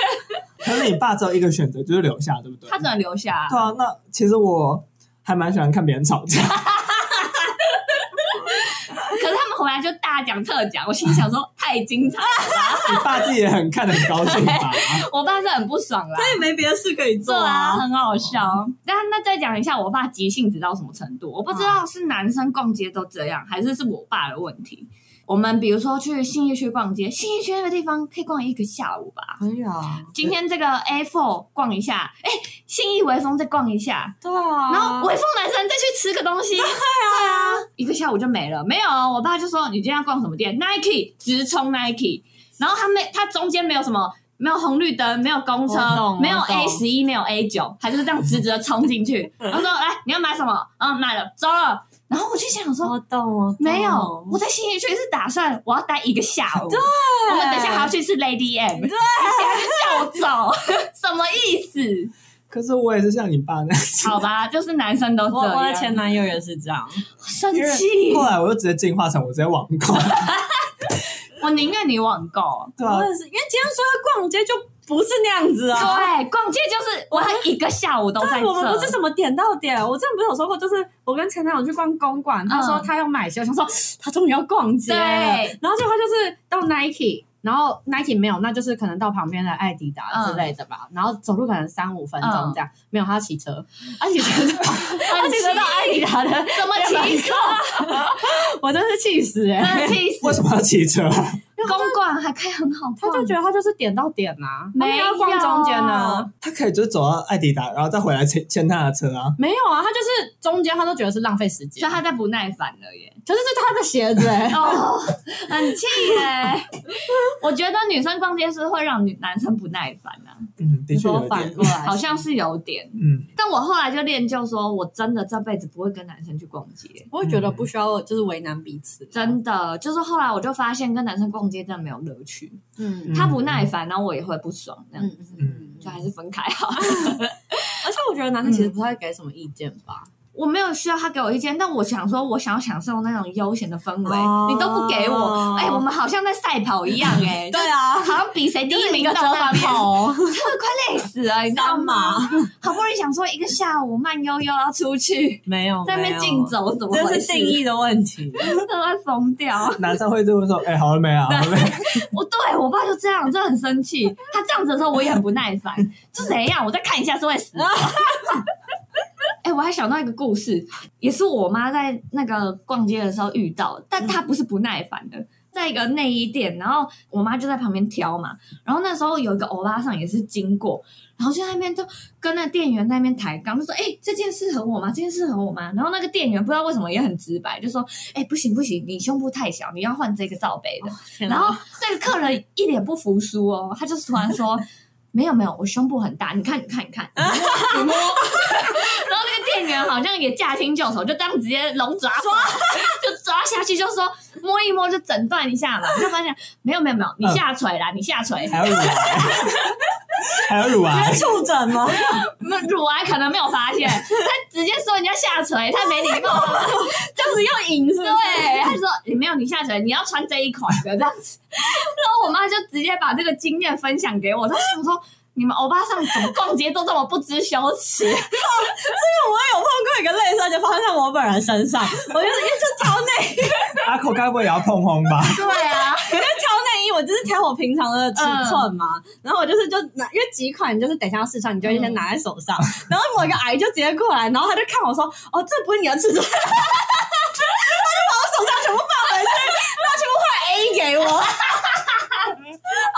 可是你爸只有一个选择，就是留下，对不对？
他只能留下。
对啊，那其实我还蛮喜欢看别人吵架，
可是他们回来就大讲特讲，我心想说太精彩了，
你爸自己也很看得很高兴吧？
我爸是很不爽 啦。
也没别的事可以
对啊，，很好笑。但那再讲一下我爸急性子到什么程度，我不知道是男生逛街都这样，还是是我爸的问题。我们比如说去信义区逛街，信义区那个地方可以逛一个下午吧。
可以啊，
今天这个 A4 逛一下，哎，信义微风再逛一下，
对啊。
然后微风男生再去吃个东 西，对啊，一个下午就没了。没有，我爸就说你今天要逛什么店？Nike 直冲 Nike，然后他没，他中间没有什么。没有红绿灯，没有公车
我懂，
没有
我懂
A 十一，没有 A 九，他就是这样直直的冲 进去。他说：“来，你要买什么？嗯，买了，走了。”然后我就想说，
我懂，我懂
没
哦
有，我在新一区是打算我要待一个下午。对，我们等一下还要去吃 Lady M。对，现在就叫我走， 什么 意思？
可是我也是像你爸那样，
好吧，就是男生都
我
这
我的
样。
前男友也是这样，
生
因为
气，
后来我就直接进化成我直接网 购，
我宁愿你网购。
对啊
我，也是，因为今天说要逛街就不是那样子啊。
对，逛街就是我要一个下午都在
但
这。
我们不是什么点到点，我之前不是有说过，就是我跟前男友去逛公
嗯
馆，他说他要买鞋，我想说 他终于要逛街了，
对
然后结果他就是到 Nike。然后 Nike 没有，那就是可能到旁边的艾迪
嗯
达之类的吧。然后走路可能三五分钟这样，没有他骑车， 他骑车到他骑车到艾迪达的，
什么骑手，
我真是气死哎、
真的气
为
死。
什么要骑车啊？
公馆还可以很好
他
逛，
就觉得他就是点到点呐、啊，他
没有
要逛中间呢、啊，
他可以就是走到艾迪达，然后再回来牵牵他的车啊。
没有啊，他就是中间他都觉得是浪费时间
所以，他在不耐烦了耶。
可是这是他的鞋子哎、
哦，很气耶、我觉得女生逛街是会让女男生不耐烦啊，
嗯，的确有
说
一
反
点
过。来，
好像是有点。
嗯，
但我后来就练就说，我真的这辈子不会跟男生去逛街，
我会觉得不需要就是为难彼此，
真的。就是后来我就发现，跟男生逛街真的没有乐趣，
嗯
嗯
他不耐烦，然后我也会不爽，这样、
嗯嗯，
就还是分开好。
而且我觉得男生其实不太给什么意见吧，
我没有需要他给我意见，但我想说，我想要享受那种悠闲的氛围，
哦
你都不给我，哎、我们好像在赛跑一样、哎，就
啊，
好像比谁
第
第一
一
名
名
到
的折
那
返
边。
跑，
真的快累死了，你知 道吗？
啊
好不容易想说一个下午慢悠悠要出去，
哦没有
在那边竞，走，怎么
没有
回
这
事？
是定义的问题，
真的会疯掉。
男生会这么说：“哎、好了没 啊？好了没？
我对我爸就这样，真的很生气。他这样子的时候，我也很不耐烦， 就怎样？我再看一下是会死的。 哎、我还想到一个故事，也是我妈在那个逛街的时候遇到的，但她不是不耐烦的，在一个内衣店，然后我妈就在旁边挑嘛，然后那时候有一个欧巴桑也是经过，然后就在那边就跟那店员在那边抬杠，就说：“哎、这件适合我吗？这件适合我吗？”然后那个店员不知道为什么也很直白，就说：“哎、不行不行，你胸部太小，你要换这个罩杯的。
啊
然后那个客人一脸不服输哦，他就是突然说：“ 没有没有，我胸部很大，你看你看你看，你摸。你摸”然后那个店员好像也驾轻就熟，就这样直接龙爪抓， 就抓下去，就说摸一摸就诊断一下嘛。就发现没有没有没有，你下垂啦，你下垂，
还有乳癌，还有乳 癌，
触诊吗？
没有乳癌可能没有发现，他直接说人家下垂，他没理过， 这样子又赢是对，他说你没有你下垂，你要穿这一款的这样子。 然后我妈就直接把这个经验分享给我，她想说。你们欧巴桑怎么逛街都这么不知羞 耻？
我有碰过一个类似，就发生在我本人身上，我就是一直挑内
阿口该不会也要碰轰吧？
对啊，
挑内衣，我就是挑我平常的尺寸
嗯
嘛。然后我就是就拿，因为几款你就是等一下要试穿，你就会先拿在手上。
嗯
然后某一个阿姨就直接过来，然后她就看我说：“哦，这不是你的 尺寸。”她就把我手上全部放回去，然后全部换 A 给我，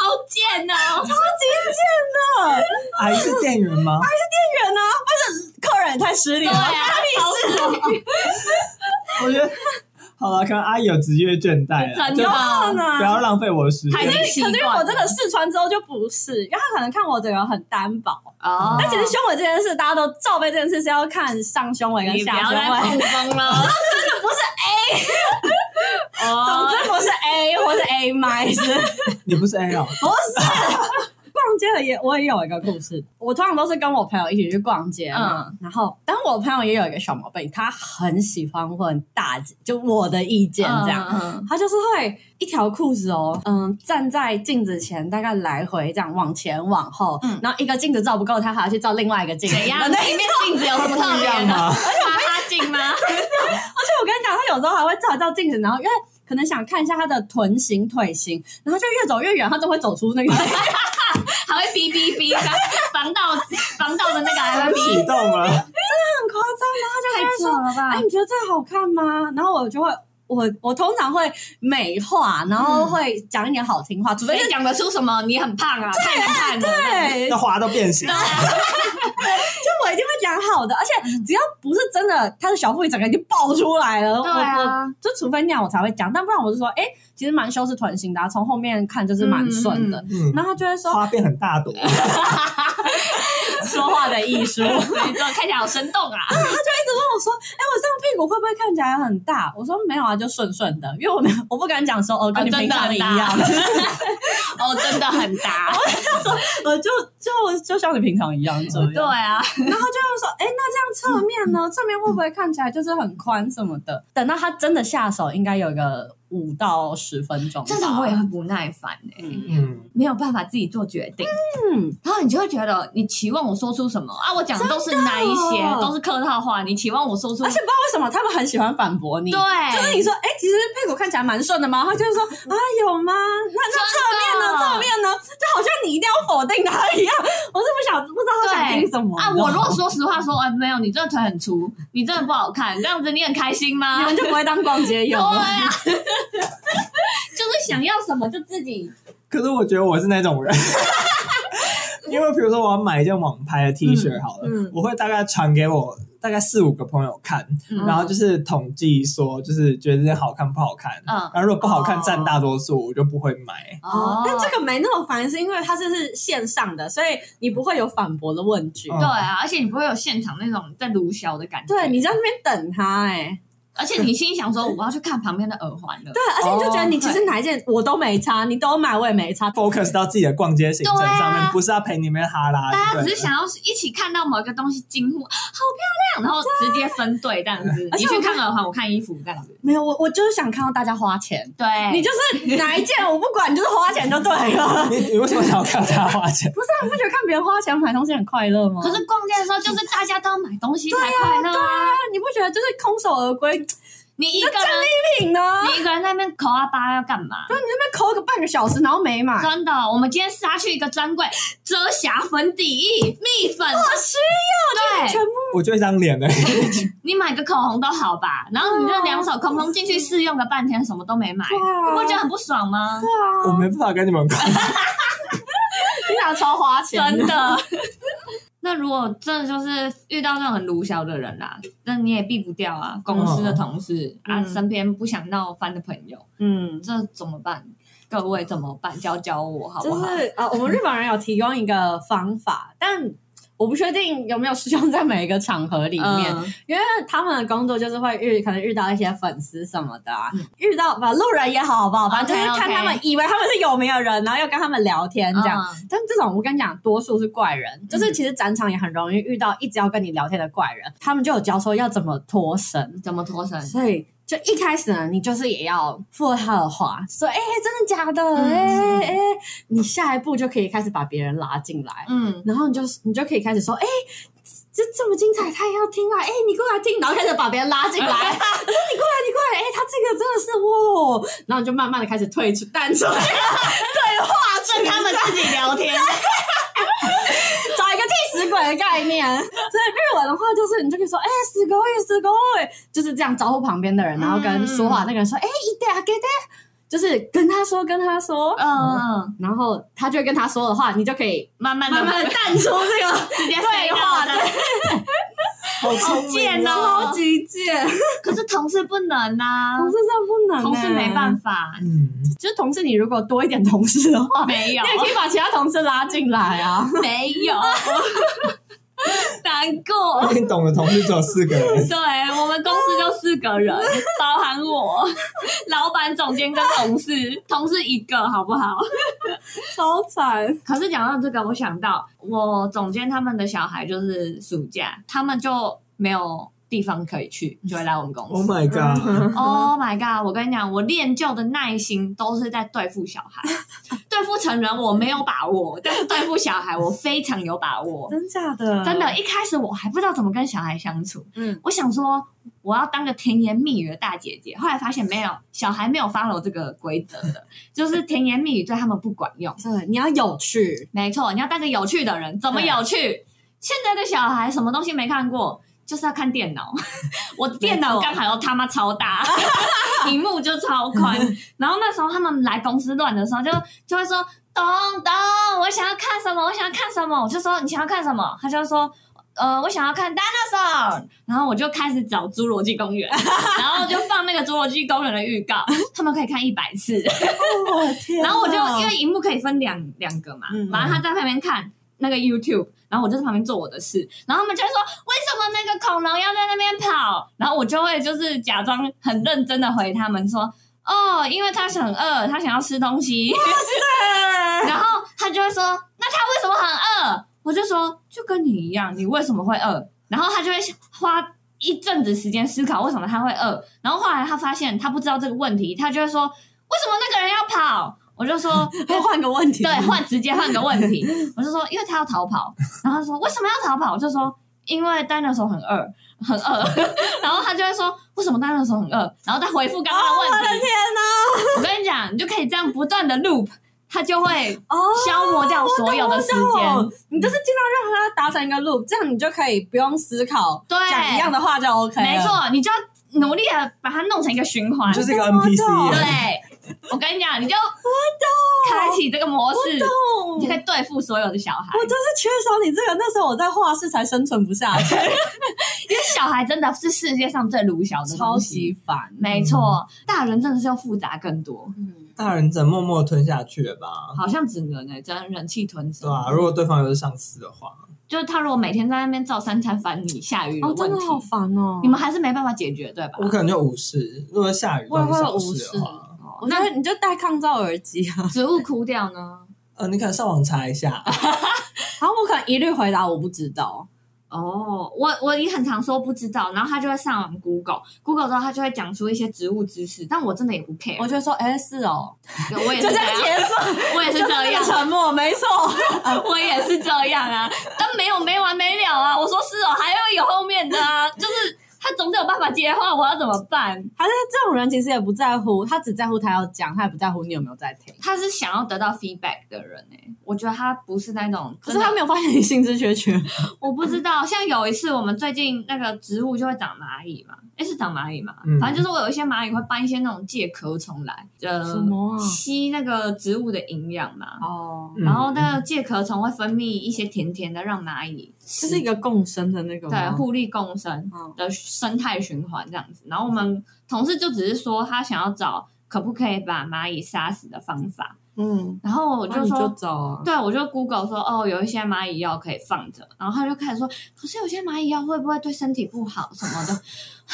好贱哦！
超级贱的。
癌是店员吗？
人呢、不是客人也太失礼
对
了，
啊，好
我觉得好了，可能阿姨有职业倦怠了，
真
就
的
真的
啊
不要浪费我的时间
还。是习
可
惯
是因为我真的试穿之后就不是，因为他可能看我整个很单薄。
哦，
但其实胸围这件事，大家都罩杯这件事是要看上胸围跟
你不
下
要
胸
再
围
碰，风 了，真的
总
不是 A。
之不是 A 或是 A 麦是。
你不是 A 哦，
不是。逛街的也我也有一个故事，我通常都是跟我朋友一起去逛街嘛，
嗯
然后但我朋友也有一个小毛病，他很喜欢问大姐，就我的意见这样，
嗯，嗯嗯
他就是会一条裤子哦，嗯，站在镜子前大概来回这样往前往后，
嗯
然后一个镜子照不够，他还要去照另外一个镜子。
怎样？
那
里面镜子有什么特别的？
吗？
哈哈镜吗？
而且我跟你讲，他有时候还会照一照镜子，然后因为可能想看一下他的臀型、腿型，然后就越走越远，他就会走出那个。
还会哔哔哔，防防盗防盗的 那个还会
启
哔，
动了，
很夸张，然后他就
太
开始
扯
说：“
了吧
哎、你觉得这个好看吗？”然后我就会我我通常会美化，然后会讲一点好听话，除非
谁
是
讲得出什么？你很胖啊，太难看了。
对，啊
那花都变形。
就我一定会讲好的，而且只要不是真的，他的小腹一整个已经爆出来了，
对
我我
啊，
就除非那样我才会讲，但不然我就说，哎、其实蛮修饰臀型的、啊，从后面看就是蛮顺的。
嗯，
然后他就会说，
花变很大朵，
呃
说话的艺术，他就
所以就看起来好生动啊。
一直问我说，哎、我这样屁股会不会看起来很大？我说没有啊，就顺顺的，因为我没有我不敢讲说哦，跟你平常一样，
哦，真的很搭。
我就就就像你平常一样这样。
对啊，
然后就会说，哎、那这样侧面呢？侧面会不会看起来就是很宽什么的？等到他真的下手，应该有个五到十分钟吧。
这种我也很不耐烦哎、
欸
嗯
嗯，
没有办法自己做决定，
嗯，
然后你就会觉得
你期望我说出什么啊？我讲的都是那一些，
真的哦
都是客套话。你期望我说出
而且不知道为什么他们很喜欢反驳你。
对，
就是你说，哎、其实屁股看起来蛮顺的吗？他就会说，啊，有吗？那那侧面呢？侧面呢？就好像你一定要否定他一样。我是不想不知道他想听什么
啊，
你知道
我
吗
如果说实话说，哎，没有，你这腿很粗，你真的不好看，这样子你很开心吗
你？们就不会当逛街
啊对
用了。
啊，就是想要什么就自己
可是我觉得我是那种 人。因为比如说我要买一件网拍的 T 恤好了，
嗯嗯
我会大概传给我大概四五个朋友看，
嗯
然后就是统计说，就是觉得这件好看不好看，
嗯
然后如果不好看
哦
占大多数，我就不会买。
哦，但这
个
个没那么烦，是因为它这是线上的，所以你不会有反驳的问句。
嗯
对啊，而且你不会有现场那种在卢小的感觉，
对，你在那边等他哎、
而且你心想说我要去看旁边的耳环了，
对，而且你就觉得你其实哪一件我都没差，你都买我也没差。
哦
focus 到自己的逛街行程
对啊
上面，不是要陪你们哈拉。
大
对
家
不
只
对
是想要一起看到某一个东西惊呼好漂亮，然后直接分队这样子，
而
你
且我
去看耳环，我看衣服这样子，
没有，我我就是想看到大家花钱。
对，
你就是哪一件我不管，你就是花钱就对 了。
你你为什么想要看他花钱？
不是、啊，你不觉得看别人花钱买东西很快乐吗？
可是逛街的时候就是大家都要买东西才快乐啊，
啊，你不觉得就是空手而归
你一个人。
品呢？
你一个人在那边抠啊巴要干嘛？
那边抠个半个小时，然后没 买，
真的，我们今天杀去一个专柜，遮瑕粉底液、蜜粉，
我需要
对，
全部
我就一张脸而已。
你买个口红都好吧，然后你这两手空空进去试用个半天，什么都没买，
对啊
你不觉得很不爽吗？
我没办法跟你们逛。
经常超花钱的，
真的。 那如果真的就是遇到那种很鲁小的人啦、那你也避不掉啊，公司的同事、啊，
嗯
身边不想闹翻的朋友，
嗯。
这怎么办？各位怎么办？教教我好不
就
好？嗯
是呃，我们日本人有提供一个方法，但我不确定有没有适用在每一个场合里面。
嗯
因为他们的工作就是会遇，可能遇到一些粉丝什么的啊，遇到把路人也好，好不好？反正就是
嗯 OK，OK
看他们以为他们是有名的人，然后又跟他们聊天这样。
嗯
但这种我跟你讲，多数是怪人，就是其实展场也很容易遇到一直要跟你聊天的怪人，他们就有教说要怎么脱身，
怎么脱身？
所以。就一开始呢，你就是也要附和他的话，说：“哎、真的假的？
嗯
哎、哎、你下一步就可以开始把别人拉进来。
嗯，
然后你就你就可以开始说，哎、这这么精彩，他也要听啊！哎、你过来听，然后开始把别人拉进来，我 说你过来，你过来，哎、他这个真的是哇、然后你就慢慢的开始退出淡出，对话
啊跟他们自己聊天，
找一个替死鬼的概念。所以日文的话就是，你就可以说，哎、死鬼，死鬼，就是这样招呼旁边的人，然后跟说话那个人说，哎、一点啊，给点，就是跟他说，跟他说，
嗯，
然后他就会跟他说的话，你就可以
慢慢的
慢慢的淡出这个。
直接废话的。
好聪明
贱哦
超级贱，
可是同事不欸能呐、
同事哦这样不能、欸
同事没办
法，
法，
嗯，
就是同事你如果多一点同事的话，
没有
你也可以把其他同事拉进来啊。
没有，难过。
毕竟懂的同事只有四个人。
对我们公司就四个人，包含我，老板、总监跟同事，同事一个，好不好？
超惨，
可是讲到这个，我想到我总监他们的小孩就是暑假，他们就没有地方可以去，就会来我们公
Oh
司。
my god！
Oh my god！我跟你讲，我练就的耐心都是在对付小孩，对付成人我没有把握，但是对付小孩我非常有把握。
真假的
真的，，一开始我还不知道怎么跟小孩相处，
嗯，
我想说我要当个甜言蜜语的大姐姐，后来发现没有，小孩没有 follow 这个规则的，就是甜言蜜语对他们不管用。
对，你要有趣，
没错，你要当个有趣的人，怎么有趣？现在的小孩什么东西没看过？就是要看电脑， 我电脑刚好又他妈超大，屏幕就超宽。然后那时候他们来公司乱的时候就，就会说：“懂懂，我想要看什么，我想要看什么。”我就说：“你想要看什么？”他就说：“呃，我想要看 dinosaur。”然后我就开始找《侏罗纪公园》，然后就放那个《侏罗纪公园》的预告， 他们可以看一百次。
我的天哪
然后我啊就因为荧幕可以分两两个嘛
嗯，
反正他在旁边看那个 YouTube，然后我就在旁边做我的事，然后他们就会说为什么那个恐龙要在那边跑，然后我就会就是假装很认真的回他们说。哦，因为他很饿，他想要吃东西， 然后他就会说：“那他为什么很饿？”我就说：“就跟你一样，你为什么会饿？”然后他就会花一阵子时间思考为什么他会饿，然后后来他发现他不知道这个问题，他就会说：“为什么那个人要跑？”我就说：“
再哎换个问题，
对， 换直接换个问题。我就说，因为他要逃跑，然后他说为什么要逃跑？我就说因为 dinosaur 很饿，很饿。 然后他就会说为什么 dinosaur 很饿？然后再回复刚刚的问题。
哦
我跟你讲，你就可以这样不断的 loop，它就会
哦，
消磨掉所有的时间。
你就是尽量让它达成一个 loop，这样你就可以不用思考，
对，
讲一样的话就 OK 了
没，错，你就要努力的把它弄成一个循环
你。就是一个
我懂
NPC 耶。
对，我跟你讲，你就开启这个模式，
哦
你就可以对付所有的小孩。
我就是缺少你这个，那时候我在画室才生存不下 去，
因为小孩真的是世界上最鲁小的
超
东西。
级烦。
没错，大人真的是要复杂更多，
嗯，
大人只能默默吞下去了吧？
好像只能呢、真忍气吞
对
声。
啊
吧、如果对方又是上司的话，
就是他如果每天在那边照三餐烦你下雨
哦，
问
真的
题，
好烦哦。
你们还是没办法解决，对吧？
我可能就无视。如果下雨
我也
都
会
是小事的话，
哦
我觉
那
得你就戴抗噪耳机啊。
植物枯掉呢？
呃，你可能上网查一下。
然后我可能一律回答我不知道，
哦，我我也很常说不知道，然后他就会上网 Google，Google 之后他就会讲出一些植物知识，但我真的也不 care，
我就说哎是哦，
我我也
就是这
这
样
样，
结束，
我也是
啊 就
这
那
样
个，沉默，没 错。
我也是这样啊，但没有没完没了啊！我说是哦，还要有后面的啊，就是他总得有办法接话，我要怎么办？
他是这种人，其实也不在乎，他只在乎他要讲，他也不在乎你有没有在听。
他是想要得到 feedback 的人哎、我觉得他不是那种，
可是他没有发现你兴致缺 缺，
我不知道。像有一次我们最近那个植物就会长蚂蚁嘛，哎、是长蚂蚁嘛，
嗯
反正就是我有一些蚂蚁会搬一些那种介壳虫来，呃，
么啊
吸那个植物的营养嘛。
哦，
嗯
然后那个介壳虫会分泌一些甜甜的，让蚂蚁
这
吃
是一个共生的那个
对
吗
互利共生。
嗯
的生态循环这样子。然后我们同事就只是说他想要找可不可以把蚂蚁杀死的方法，
嗯，
然后我
我
就
就
说。
就走啊，
对，我就 Google 说哦，有一些蚂蚁药可以放着，然后他就开始说，可是有些蚂蚁药会不会对身体不好什么的？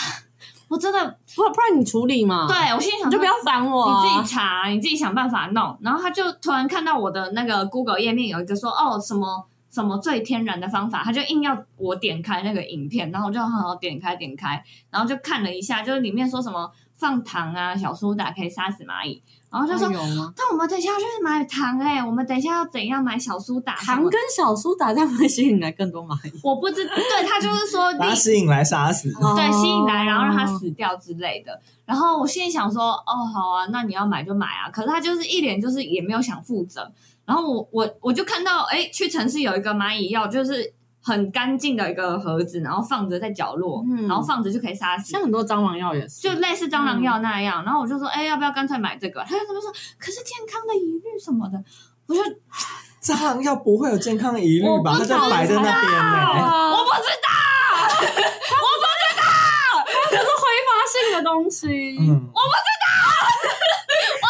我真的，
不不然你处理嘛，，
对我心里想
你就
说
不要烦我啊，
你自己查，你自己想办法弄。然后他就突然看到我的那个 Google 页面有一个说哦什么什么最天然的方法，他就硬要我点开那个影片，然后我就好好点开点开，然后就看了一下，就是里面说什么放糖啊、小苏打可以杀死蚂蚁，然后就说。
有吗？
但我们等一下要去买糖哎、我们等一下要怎样买小苏打？
糖跟小苏打这样会吸引来更多蚂蚁，
我不知，对他就是 说
嗯把他吸引来杀死。
哦
对，吸引来，然后让它死掉之类的。然后我心里想说，哦，好啊，那你要买就买啊。可是他就是一脸就是也没有想负责。然后我我我就看到，哎，屈臣氏有一个蚂蚁药，就是很干净的一个盒子，然后放着在角落，
嗯
然后放着就可以杀死
像。很多蟑螂药也是，
就类似蟑螂药那样，然后我就说，哎、要不要干脆买这个？他就他们说，可是健康的疑虑什么的，我就
蟑螂药不会有健康疑虑吧？它
我不
就摆在那边呢、
啊，
我不知道，
这是挥发性的东西，
嗯，
我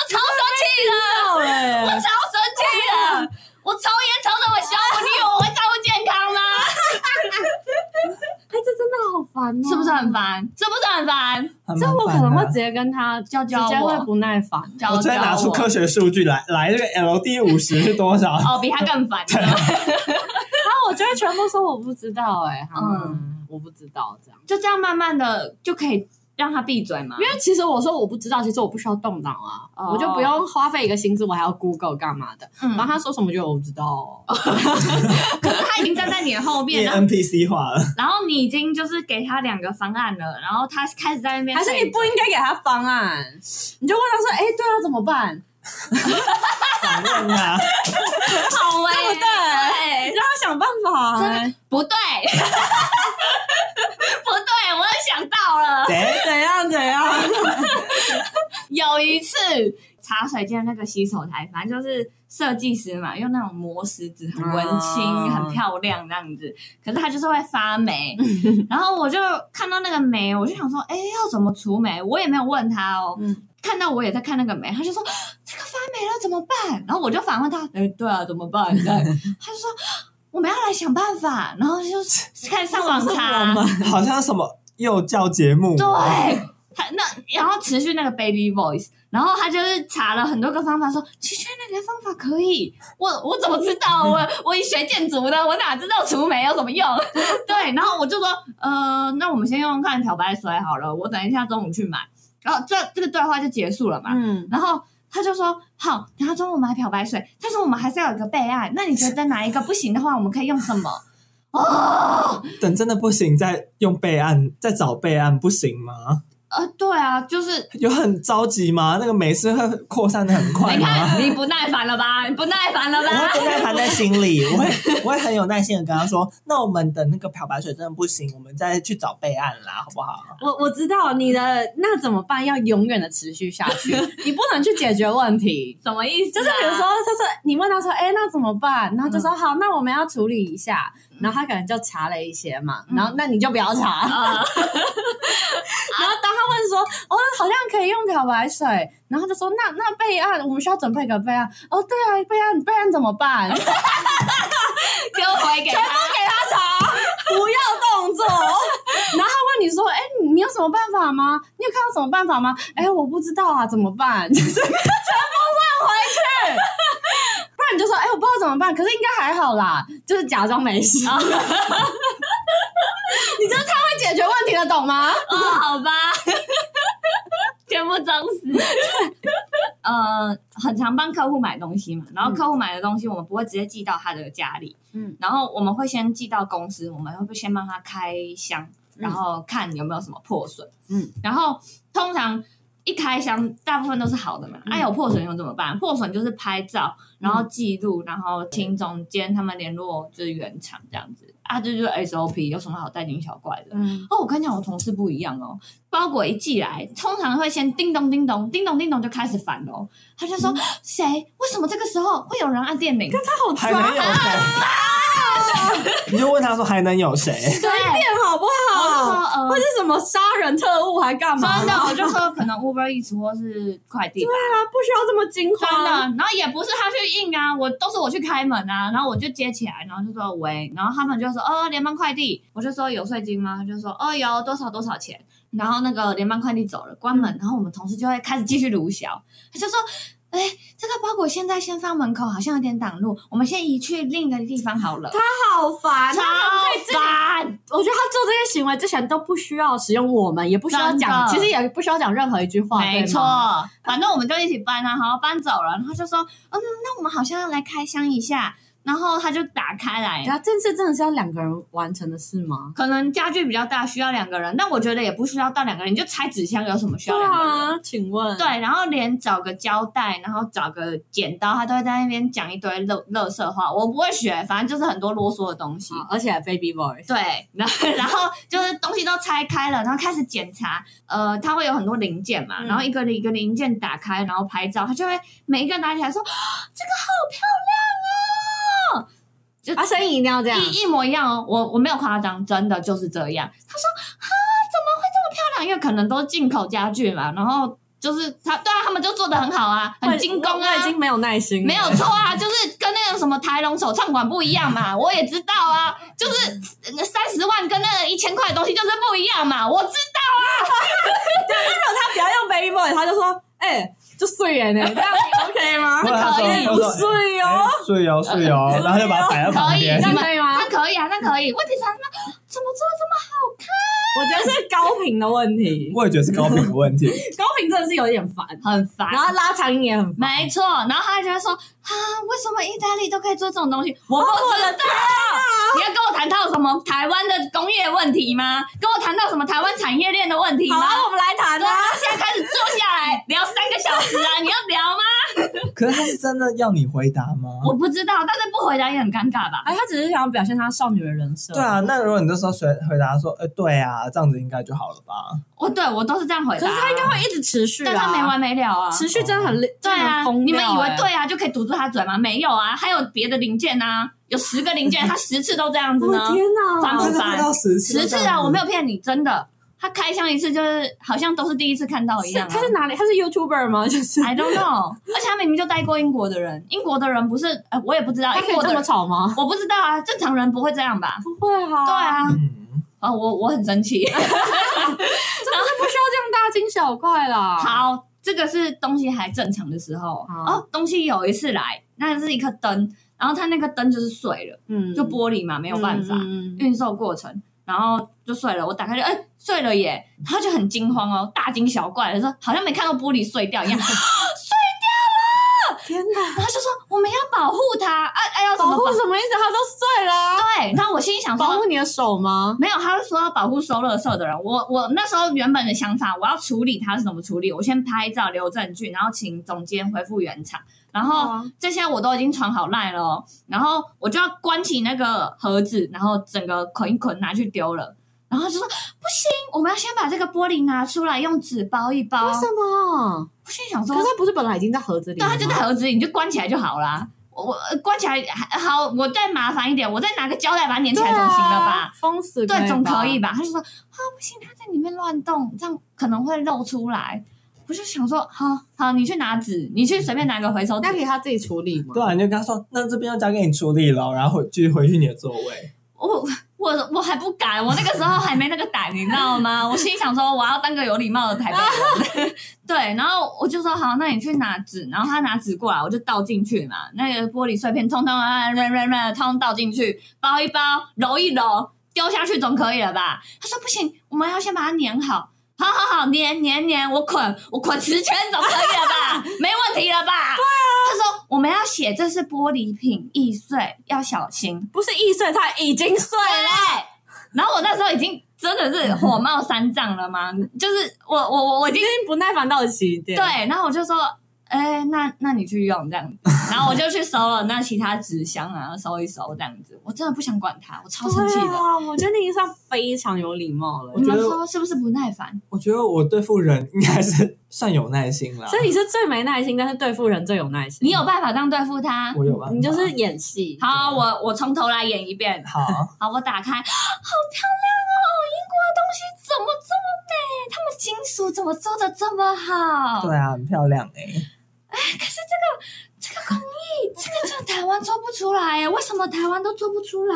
超生
对，
气的， 我超生气的，我抽烟抽这么凶，你以为我会在乎健康吗？
哎，这真的好烦哦，
是不是？很烦？是不是很烦？
还蛮
这我可
烦的
能会直接跟他
教教
直接会
我，
不耐烦，
教
我直接拿出科学数据来，来这个 LD 五十是多少？
哦，比他更烦。
然后我就会全部说我不知道、哎，嗯
嗯，
我不知道这样，
就这样慢慢的就可以让他闭嘴嘛
因。为其实我说我不知道，其实我不需要动脑啊，
哦
我就不用花费一个心思，我还要 Google 干嘛的。
嗯
然后他说什么就我不知道、哦，
可是他已经站在你的后 面啊
变
了，
NPC 化了，
然后你已经就是给他两个方案了，然后他开始在那边
还是你不应该给他方案，你就问他说，哎、对啊，怎么办？
反问啊！
好哎、
对不对
对？
啊让他想办法、
真的不对，一次茶水间那个洗手台，反正就是设计师嘛，用那种磨石子，很文青、
哦
很漂亮这样子。可是它就是会 发霉，然后我就看到那个霉，我就想说，哎，要怎么除霉？我也没有问他哦。
嗯
看到我也在看那个霉，他就说啊这个发霉了怎么办？然后我就反问他，哎，对啊，怎么办？这 样他就说啊我们要来想办法，然后就是开始上网 查，
好像什么幼教节目，
对，他那然后持续那个 baby voice，然后他就是查了很多个方法说，其实那个方法可以。我我怎么知道？我我一学建筑的，我哪知道除霉有什么用？ 对，然后我就说，呃，那我们先用用看漂白水好了，我等一下中午去买。然后这这个对话就结束了嘛。
嗯，
然后他就说好，然后中午买漂白水，但是我们还是要有一个备案。那你觉得哪一个不行的话，我们可以用什么？哦，
等真的不行再用备案，再找备案不行吗？
呃，对啊，就是
有很着急吗？那个霉是会扩散的很快
你
吗？
看，你不耐烦了吧？你不耐烦了
我
吧？
会不耐烦在心里，我会我会很有耐心的跟他说，那我们等那个漂白水真的不行，我们再去找备案啦，好不好？
我我知道你的那怎么办？要永远的持续下去，你不能去解决问题。
什么意思、啊
就是比如说，，就是你问他说：“哎、那怎么办？”然后就说：“好，那我们要处理一下。”然后他可能就查了一些嘛，然后那你就不要查。
啊、
然后当他问说：“哦，好像可以用漂白水。”然后就说：“那那备案，我们需要准备一个备案。”哦，对啊，备案备案怎么办？不
给我回给他，
要动作。 然后他问你说：“哎、你你有什么办法吗？你有看到什么办法吗？”哎、我不知道啊，怎么办？ 就是全部问回去。不然你就说：“哎、我不知道怎么办，可是应该还好啦。”就是假装没事。 你就是太会解决问题了，懂吗？
哦，好 吧，全部装死。呃，很常帮客户买东西嘛，然后客户买的东西我们不会直接寄到他的家里，
嗯
嗯，然后我们会先寄到公司，我们会先帮他开箱，然后看有没有什么破损，
嗯
嗯，然后通常一开箱大部分都是好的嘛，那、有破损又怎么办？破损就是拍照，然后记录，然后请总监他们联络就是原厂这样子啊，这就是 SOP，有什么好大惊小怪的？
嗯，
哦，我跟你讲，我同事不一样哦。包裹一寄来，通常会先叮咚叮咚，叮咚叮咚就开始烦哦。他就
嗯
说：“谁？为什么这个时候会有人按电铃？”
他好哎
还能有谁？ 你就问他说还能有谁？
对，
变好不
我就
好？
说：“呃
或，是什么杀人特务还干嘛？
真的，我就说可能 Uber Eats 或是快递吧，
他不需要这么惊
真
慌
的。然后也不是他去印啊，我都是我去开门啊，然后我就接起来，然后就说喂，然后他们就说哦联邦快递，我就说有税金吗？他就说哦有多少多少钱。然后那个联邦快递走了，关门，然后我们同事就会开始继续卢小，他就说。哎，这个包裹现在先放门口，好像有点挡路，我们先移去另一个地方好了。
好烦啊
超烦，
我觉得他做这些行为之前都不需要使用我们，也不需要讲，
真的
其实也不需要讲任何一句话，
没
对
错
吗，
反正我们就一起搬啊，好搬走了，然后就说，嗯，那我们好像要来开箱一下，然后他就打开来，
对啊，这次真的是要两个人完成的事吗？
可能家具比较大，需要两个人，但我觉得也不需要到两个人，你就拆纸箱有什么需要两个
啊
人？，
请问
对，然后连找个胶带，然后找个剪刀，他都会在那边讲一堆乐乐色话，我不会学，反正就是很多啰嗦的东西。
好啊而且还 baby boy，
对， 然后然后就是东西都拆开了，然后开始检查，呃，它会有很多零件嘛，
嗯
然后一个一个零件打开，然后拍照，他就会每一个拿起来说，啊这个好漂哦
啊，声音一定要这样，
一一模一样哦，我我没有夸张，真的就是这样。他说啊，怎么会这么漂亮？因为可能都进口家具嘛，然后就是他，对啊，他们就做的很好啊，很精工啊
我，已经没有耐心了，
没有错啊，就是跟那个什么台龙手唱馆不一样嘛，我也知道 啊，就是三十万跟那个一千块的东西就是不一样嘛，我知道。
他不要用 baby boy，他就说，哎，就碎人 呢，这样你 OK 吗？
问他说
可以
他
不
说
碎
哎
哦，
睡哦睡哦，然后就把它摆在旁边
可。
那可以吗
那？可以啊，那可以。问题是他们怎么做这么好看？
我觉得是高频的问题，
我也觉得是高频的问题，
高频真的是有点烦，
很烦
然后拉长音也很烦。
没错，然后他就会说啊，为什么意大利都可以做这种东西？我不知道，你要跟我谈到什么台湾的工业问题吗？跟我谈到什么台湾产业链的问题
好啊
吗？
啊，我们来谈
对啊
啊。，
现在开始坐下来聊三个小时啊！你要聊吗？
可是他是真的要你回答吗？
我不知道，但是不回答也很尴尬吧？
哎，他只是想要表现他少女的人设。
对啊，那如果你这时候回回答说，呃，对啊，这样子应该就好了吧？
我哦对我都是这样回
可
答
是
啊，
他应该会一直持续、啊，
但他没完没了啊。
持续真的很累，
对
真的
啊
很疯，
你们
掉
以为
欸
对啊就可以堵住他嘴吗？没有啊，还有别的零件啊，有十个零件，他十次都这样子
我
呢
的。哦天
反
哪！
正
真的会到十次，
十次啊，我没有骗你，真的。他开箱一次就是好像都是第一次看到一样、啊。哎
他是哪里？他是 YouTuber 吗？就是。
I don't know，而且他明明就待过英国的人，英国的人不是，呃，我也不知道，
他可
英
以
国
这
的
么
人
吵吗？
我不知道啊，正常人不会这样吧？
不会啊，
对，啊，
嗯，
啊、我我很生气。
不需要这样大惊小怪啦。，
好，这个是东西还正常的时候
好
哦。东西有一次来，那是一颗灯，然后它那个灯就是碎了，
嗯
就玻璃嘛，没
没
有办
嗯
法。运送过程，然后就睡了。我打开就哎、睡了耶，然后就很惊慌哦，大惊小怪的说好像没看到玻璃碎掉一样。
天哪！
然后就说我们要保护它，啊哎、要怎
保
么
护
保？
什么意思？他都碎啦、
对，啊然后我心里想
保
说。
护你的手吗？
没有，他是说要保护收垃圾的人。我我那时候原本的想法，我要处理它是怎么处理，我先拍照留证据，然后请总监恢复原厂，然后
哦
这些我都已经传好烂了哦、然后我就要关起那个盒子，然后整个捆一捆拿去丢了。然后就说不行，我们要先把这个玻璃拿出来，用纸包一包。
为什么？
我心里想
可是，
说
他不是本来已经在盒子里
对，
了吗？
它就在盒子里，你就关起来就好啦。我我呃关起来还好，我再麻烦一点，我再拿个胶带把它粘起
对
来
啊，
总行了吧？
封死
对，总可以
吧？
吧？他就说啊，不行，它在里面乱动，这样可能会漏出来。我就想说，好好，你去拿纸，你去随便拿个回收纸
那，给他自己处理吗？
对啊，你就跟他说，那这边要交给你处理了，然后回继续回去你的座位。
我我我还不敢，我那个时候还没那个胆，你知道吗？我心里想说，我要当个有礼貌的台北人。 对，然后我就说好，那你去拿纸，然后他拿纸过来，我就倒进去嘛，那个玻璃碎片通通啊，软软软，通通倒进去，包一包，揉一揉，丢下去总可以了吧？他说不行，我们要先把它粘好。好好好，粘粘粘，我捆我捆十圈总可以了吧？没问题了吧？ 对啊。他说我们要写这是玻璃品易碎，要小心。
不是易碎，他已经碎了。
对。然后我那时候已经真的
嗯
是火冒三丈了嘛，就是我我我我已经
已经不耐烦到极点。
对，，然后我就说，哎、那那你去用 这样子，然后我就去收了那其他纸箱啊，收一收这样子，我真的不想管他，我超生气
对
的。
啊！我觉得你已经算非常有礼貌了
我
你。
觉
们
得
说是不是不耐烦？
我觉得我对付人应该是算有耐心啦，
所以你是最没耐心，但是对付人最有耐心。
你有办法这样对付他？
我有办法，
你就是演戏。
好，我我从头来演一遍。
好，
好，我打开，好漂亮哦！英国的东西怎么这么美？他们金属怎么做的这么好？
对啊，很漂亮哎、
可是这个这个工艺，这个在台湾做不出来耶，为什么台湾都做不出来？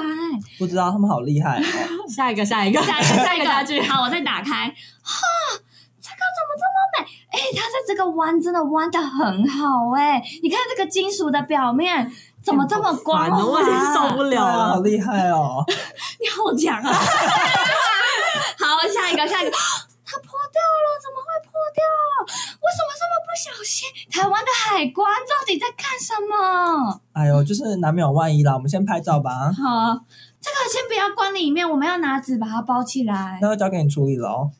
不知道他们好厉害、哦，
下一个，下一个，
下一个，下一个，
下句。
好，我再打开，哈，这个怎么这么美？哎，它在这个弯真的弯的很好哎，你看这个金属的表面怎么这么光
完了，
滑？
我已经受不
对
了
啊，好
了。
厉害哦，
你好强 啊！好，下一个，下一个， 它破掉了，怎么会破掉？为什么这么不小心？台湾的海关到底在干什么？
哎呦，就是难免有万一啦，我们先拍照吧，
好，这个先不要关里面，我们要拿纸把它包起来。
那就交给你处理喽。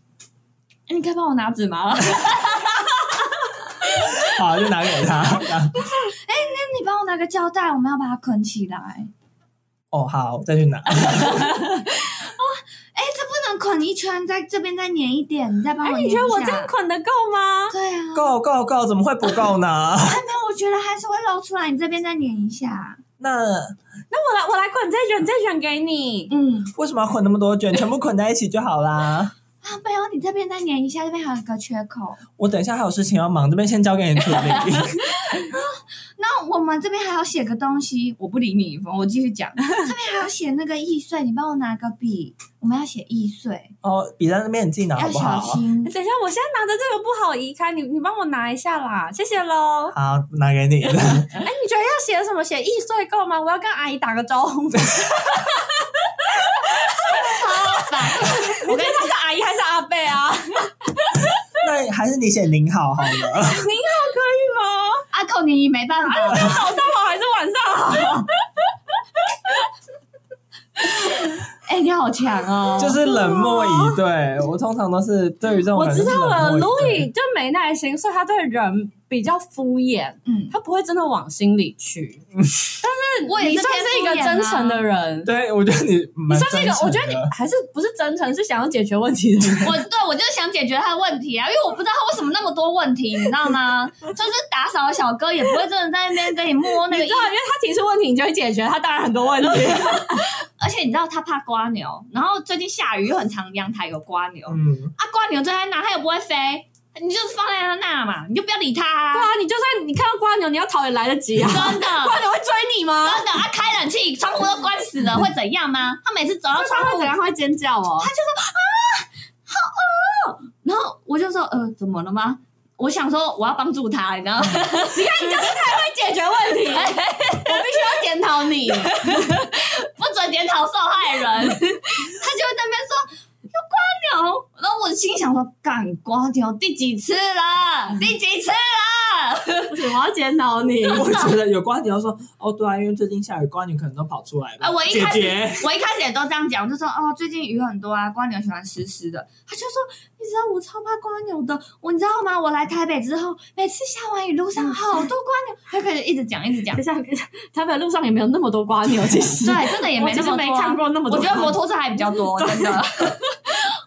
你可以帮我拿纸吗？那
好，就拿给他。
你帮我拿个胶带，我们要把它捆起来。哎，
哦，好，再去拿。
这不能捆一圈，在这边再粘一点，你再帮我
哎，
粘一
你
下。
觉得我这样捆的够吗？
对啊，
够够够，怎么会不够呢？
哎，没有，我觉得还是会露出来，你这边再粘一下。
那
那我来，我来捆这卷，这卷给你。
嗯，
为什么要捆那么多卷？全 部捆在一起就好啦。
啊，没有，你这边再粘一下，这边还有一个缺口。
我等一下还有事情要忙，这边先交给你处理。
那我们这边还要写个东西，我不理你，我继续讲。这边还要写那个易碎，你帮我拿个笔，我们要写易碎，
哦，笔在那边，你自己拿好
要
不
哎
小
好？
心。
等一下，我现在拿着这个不好移开，你你帮我拿一下啦，谢谢喽。
好，拿给你。
哎，你觉得要写什么？写易碎够吗？我要跟阿姨打个招呼。
超烦。
我跟他是阿姨还是阿贝啊？是
那还是你写您好好了。
吗？
阿寇，啊你没办法 了。
早上好还是晚上好？
哎、你好
强哦
就是冷漠以对。我通常都是对于这种
我
人
知道了，
卢
卢以就没耐心，所以他对人比较敷衍，
嗯，
他不会真的往心里去。
我也
你
是
算
偏
是一个
敷衍啊
真诚的，人，
对，我觉得你
你
蛮
算是一个
真，诚
我觉得你
的
还是不是真诚，是想要解决问题的人。
我对我就是想解决他的问题啊，因为我不知道他为什么那么多问题，你知道吗？ 就是打扫的小哥也不会真的在那边给你摸那
你
个
知道，因为他提出问题，你就会解决，他当然很多问题。
而且你知道他怕瓜牛，然后最近下雨又很常阳台有瓜牛、
嗯，
啊，瓜牛就在那，它也不会飞，你就是放在它那嘛，你就不要理它、
对
啊，
啊，你就算你看到瓜牛，你要逃也来得 及啊。
真的。
瓜牛会追你吗？
真的，啊，开冷气，窗户都关死了，会怎样吗？他每次走到窗
他会
户
怎，样？他会尖叫哦。
然后我就说，呃，怎么了吗？我想说我要帮助他，你知道 吗？
解决问 题，我必须要检讨你。
不准检讨受 害人，他就会在那边说有瓜牛，然后我心想说，干瓜牛第几次了？第几次了？
不行，我要检讨你。
我觉得有瓜女要说哦，对啊，因为最近下雨，瓜女可能都跑出来了。
啊，我一
姐
开始
姐，
我一开始也都这样讲，我就说哦，最近雨很多啊，瓜牛喜欢湿湿的。他就说，你知道我超怕瓜牛的，我你知道吗？我来台北之后，每次下完雨路上好多瓜牛，他就开始一直讲一直讲
等一。下，等一下台北路上也没有那么多瓜牛，其实
对，真的也
我
没
其
那
实
么
没
多啊
看过那么多。
我觉得摩，托车还比较多，真的。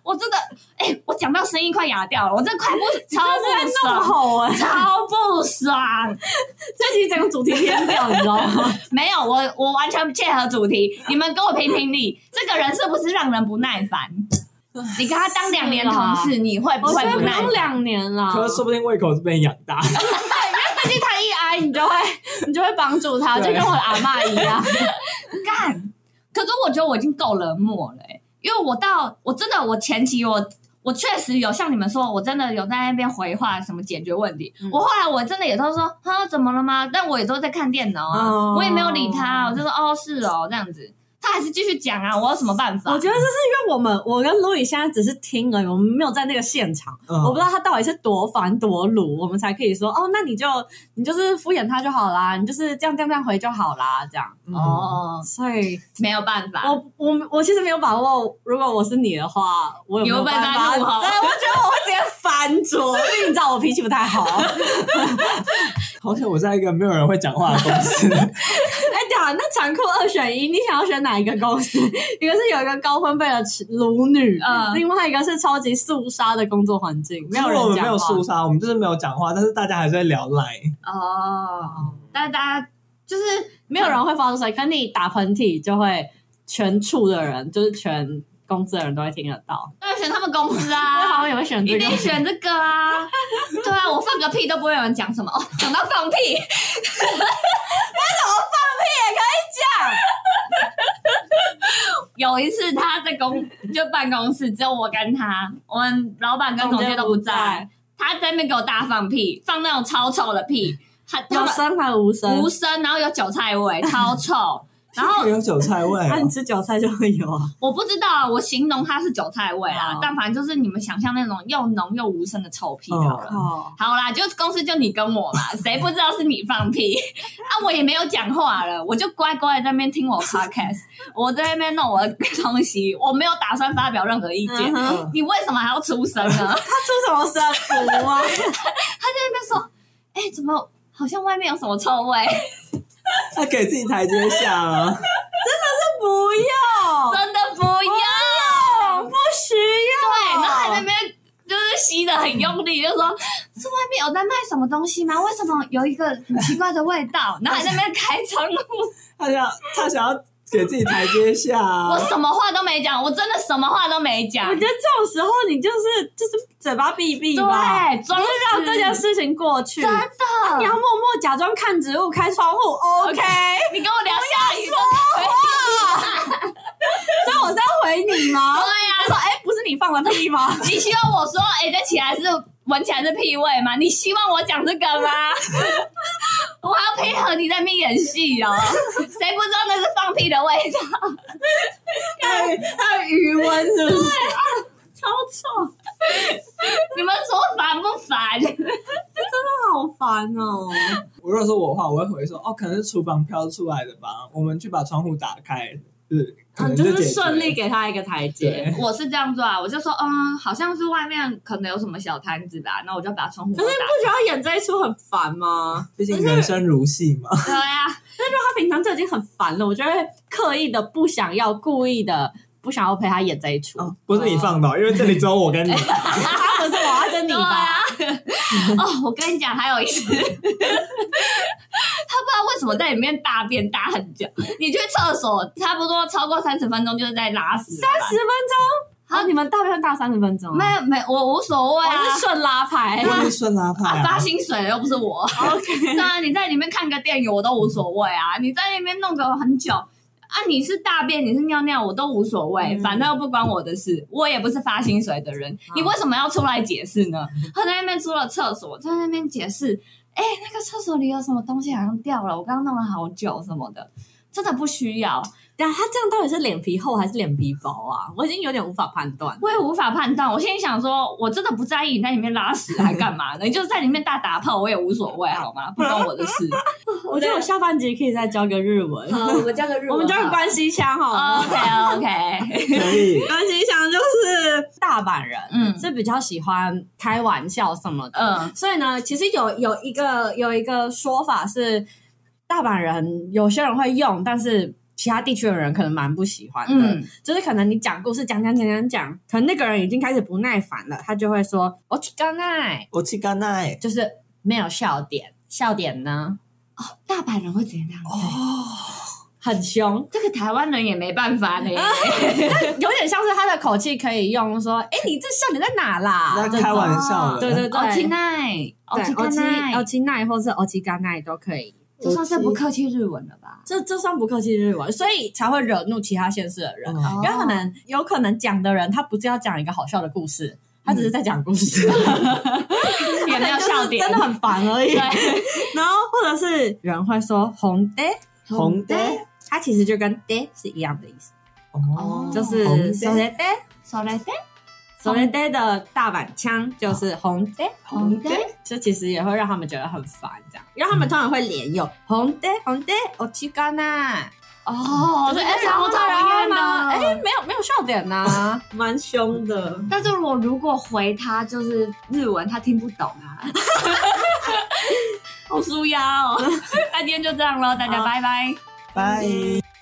我真的，哎、我讲到声音快哑掉了，我真的快不超不
在怒
爽，
吼哎，
超不爽。
这集整个主题偏掉，你知道吗？
没有，我我完全不切合主题，你们给我评 评理，这个人是不是让人不耐烦？你跟他当两年同事，你会 不
啊我
会
觉得
不
不
耐
用
烦？
两年了。
可是说不定胃口是被你养大。
毕竟他一挨，你就会 你就会帮助他，就
对
跟我的阿嬷一样。
干！可是我觉得我已经够冷漠了、欸，因为我到我真的我前期我我确实有像你们说，我真的有在那边回话什么解决问题。
嗯
我后来我真的也都说啊怎么了吗？但我也都在看电脑啊，
哦
我也没有理他，我就说哦是哦这样子。他还是继续讲啊，我有什么办法？
我觉得这是因为我们，我跟 Louis 现在只是听而已，我们没有在那个现场，
嗯
我不知道他到底是多烦多鲁，我们才可以说哦，那你就你就是敷衍他就好啦，你就是这样这样这样回就好啦，这样。
哦，
哦，
所以
没有办法，
我我我其实没有把握，如果我是你的话，我有没
你
有
会被
办法？
他
对，
弄好
我觉得我会直接翻桌，因为你知道我脾气不太 好。哎，
好像我在一个没有人会讲话的公司，
对啊，那残酷二选一，你想要选哪一个公司？一个是有一个高分贝的奴女，
嗯
另外一个是超级肃杀的工作环境，没有
因为我
人
们没
讲
有
话
肃。杀，我们就是没有讲话，但是大家还是在聊 line。
哦，但大家就是
没有人会发出声，可你打喷嚏就会全处的人，就是全公司的人都会听得到。
当然选他们公 司
我
啊，
好像也会哦选这
一
个，
定选这 个啊！对啊，我放个屁都不会有人讲什么。哦，讲到放 屁，有一次他在公就办公室，只有我跟他，我们老板跟同学都不在，他在那边给我大放屁，放那种超臭的屁，他他
有
们
声还是无声？
无声，然后有韭菜味，超臭。然 后
有韭菜味哦，
啊，你吃韭菜就会有啊。
我不知道啊，我形容它是韭菜味啦
哦，
但反正就是你们想象那种又浓又无声的臭屁好了。
哦，
好啦，就公司就你跟我 嘛，谁不知道是你放屁啊？我也没有讲话了，我就乖乖地在那 边听我 podcast，我在那边弄我的东西，我没有打算发表任何意见。
嗯哼
你为什么还要出声呢？
他 出什么声符啊？
哎、怎么好像外面有什么臭味？
他给自己台阶下啊了。
不要，
真的不要，
不需要。
对，然后还在那边就是吸的很用力，就说是外面有在卖什么东西吗？为什么有一个很奇怪的味道？ 然后还在那边开窗户，
他想他想要给自己台阶下啊，
我什么话都没讲，我真的什么话都没讲
我。觉得这种时候你就是就是嘴巴闭闭吧，
对，嗯装
让
让
这件事情过去。
真
你要
的。
默默假装看植物、开窗户，OK。
你跟我聊下雨的，
所以我是要回你吗
对？呀、
说，哎、不是你放的屁吗？
你希望我说，哎、这起来是闻起来是屁味吗？你希望我讲这个吗？ 我还要配合你在那边演戏哦，谁不知道那是放屁的味道？
还有 还有余温是不是？
超臭！你们说烦不烦？
好烦哦、
我如果说我的话，我会回说哦，可能是厨房飘出来的吧，我们去把窗户打开。就是可
嗯，
能
就
解决
是顺利给他一个台阶。
对。
我是这样做啊，我就说，嗯，好像是外面可能有什么小摊子吧，那我就把窗户
可
打
是不觉得演这一出很烦吗？
毕竟人生如戏嘛，
开。对啊呀、
他平常就已经很烦了，我就会刻意的不想要，故意的不想要陪他演这一出。
不是你放的哦，因为这里只有我跟你。
他不是我，他是你
对
吧？
啊。 哦，我跟你讲，还有一次，他不 知道为什么在里面大便大很久。你去厕所差不多超过三十分钟，就是在拉屎了吧。
十分钟，好，哦你们大便大三十分钟，
啊
啊
没有没有，我无所谓啊
哦我。是顺拉牌。
我是顺拉派
啊
啊
发，薪水的又不是我，
OK，
当然你在里面看个电影我都无所谓啊，你在那边弄个很久啊，你是大便你是尿尿我都无所谓，
嗯啊
反正又不关我的事，我也不是发薪水的人，你为什么要出来解释呢？他在那边出了厕所，在那边解释，哎、那个厕所里有什么东西好像掉了，我刚刚弄了好久什么的，真的不需要，
等一啊下他这样到底是脸皮厚还是脸皮薄啊？我已经有点无法判断。
我也无法判断。我心里想说，我真的不在意你在里面拉屎还干嘛呢？你就是在里面大打炮，我也无所谓好吗？不关我的事。
我
啊
觉得我下半集可以再教个日文，
好，我们教个日文
我们教个
好
关西腔 好
哦
了。
OK OK，
可以。
关西腔就是大阪人，
嗯
是比较喜欢开玩笑什么的。
嗯。
所以呢，其实有有一个有一个说法是，大阪人有些人会用，但是其他地区的人可能蛮不喜欢的。
嗯
就是可能你讲故事讲讲讲讲讲，可能那个人已经开始不耐烦了，他就会说“我去干奈
我去干奈”，
就是没有笑点，笑点呢
哦，大阪人会怎样？
哦，
很凶，
这个台湾人也没办法呢。
啊有点像是他的口气可以用说：“哎、你这笑点在哪啦？”
那
这种
开玩笑哦了。
啊对对对，
奥奇奈，奥
对哦
奇
欧
干
七欧
奈，
七奈或是欧哦七干奈都可以。
这算是不客气日文了吧？
这这算不客气日文，所以才会惹怒其他县市的人。
嗯
有可
哦
能，啊有可能讲的人他不是要讲一个好笑的故事，他只是在讲故事，
也没有笑点
真的很烦而已。
对，
然后或者是人会说红爹，
红的
它其实就跟爹是一样的意思，
哦，
就是
红爹
手雷爹，
それで
手雷爹的大阪腔就是红爹，
红爹
这其实也会让他们觉得很烦，这样，因为他们通常会连用红爹红爹，哦我去干呐，
哦，这哎超讨厌的。
吗？哎，
哎，
没有没有笑点呐， 蛮凶的。
但是我如果回他就是日文，他听不懂啊。 好舒压哦。那今天就这样喽，大家
好
拜拜。
拜。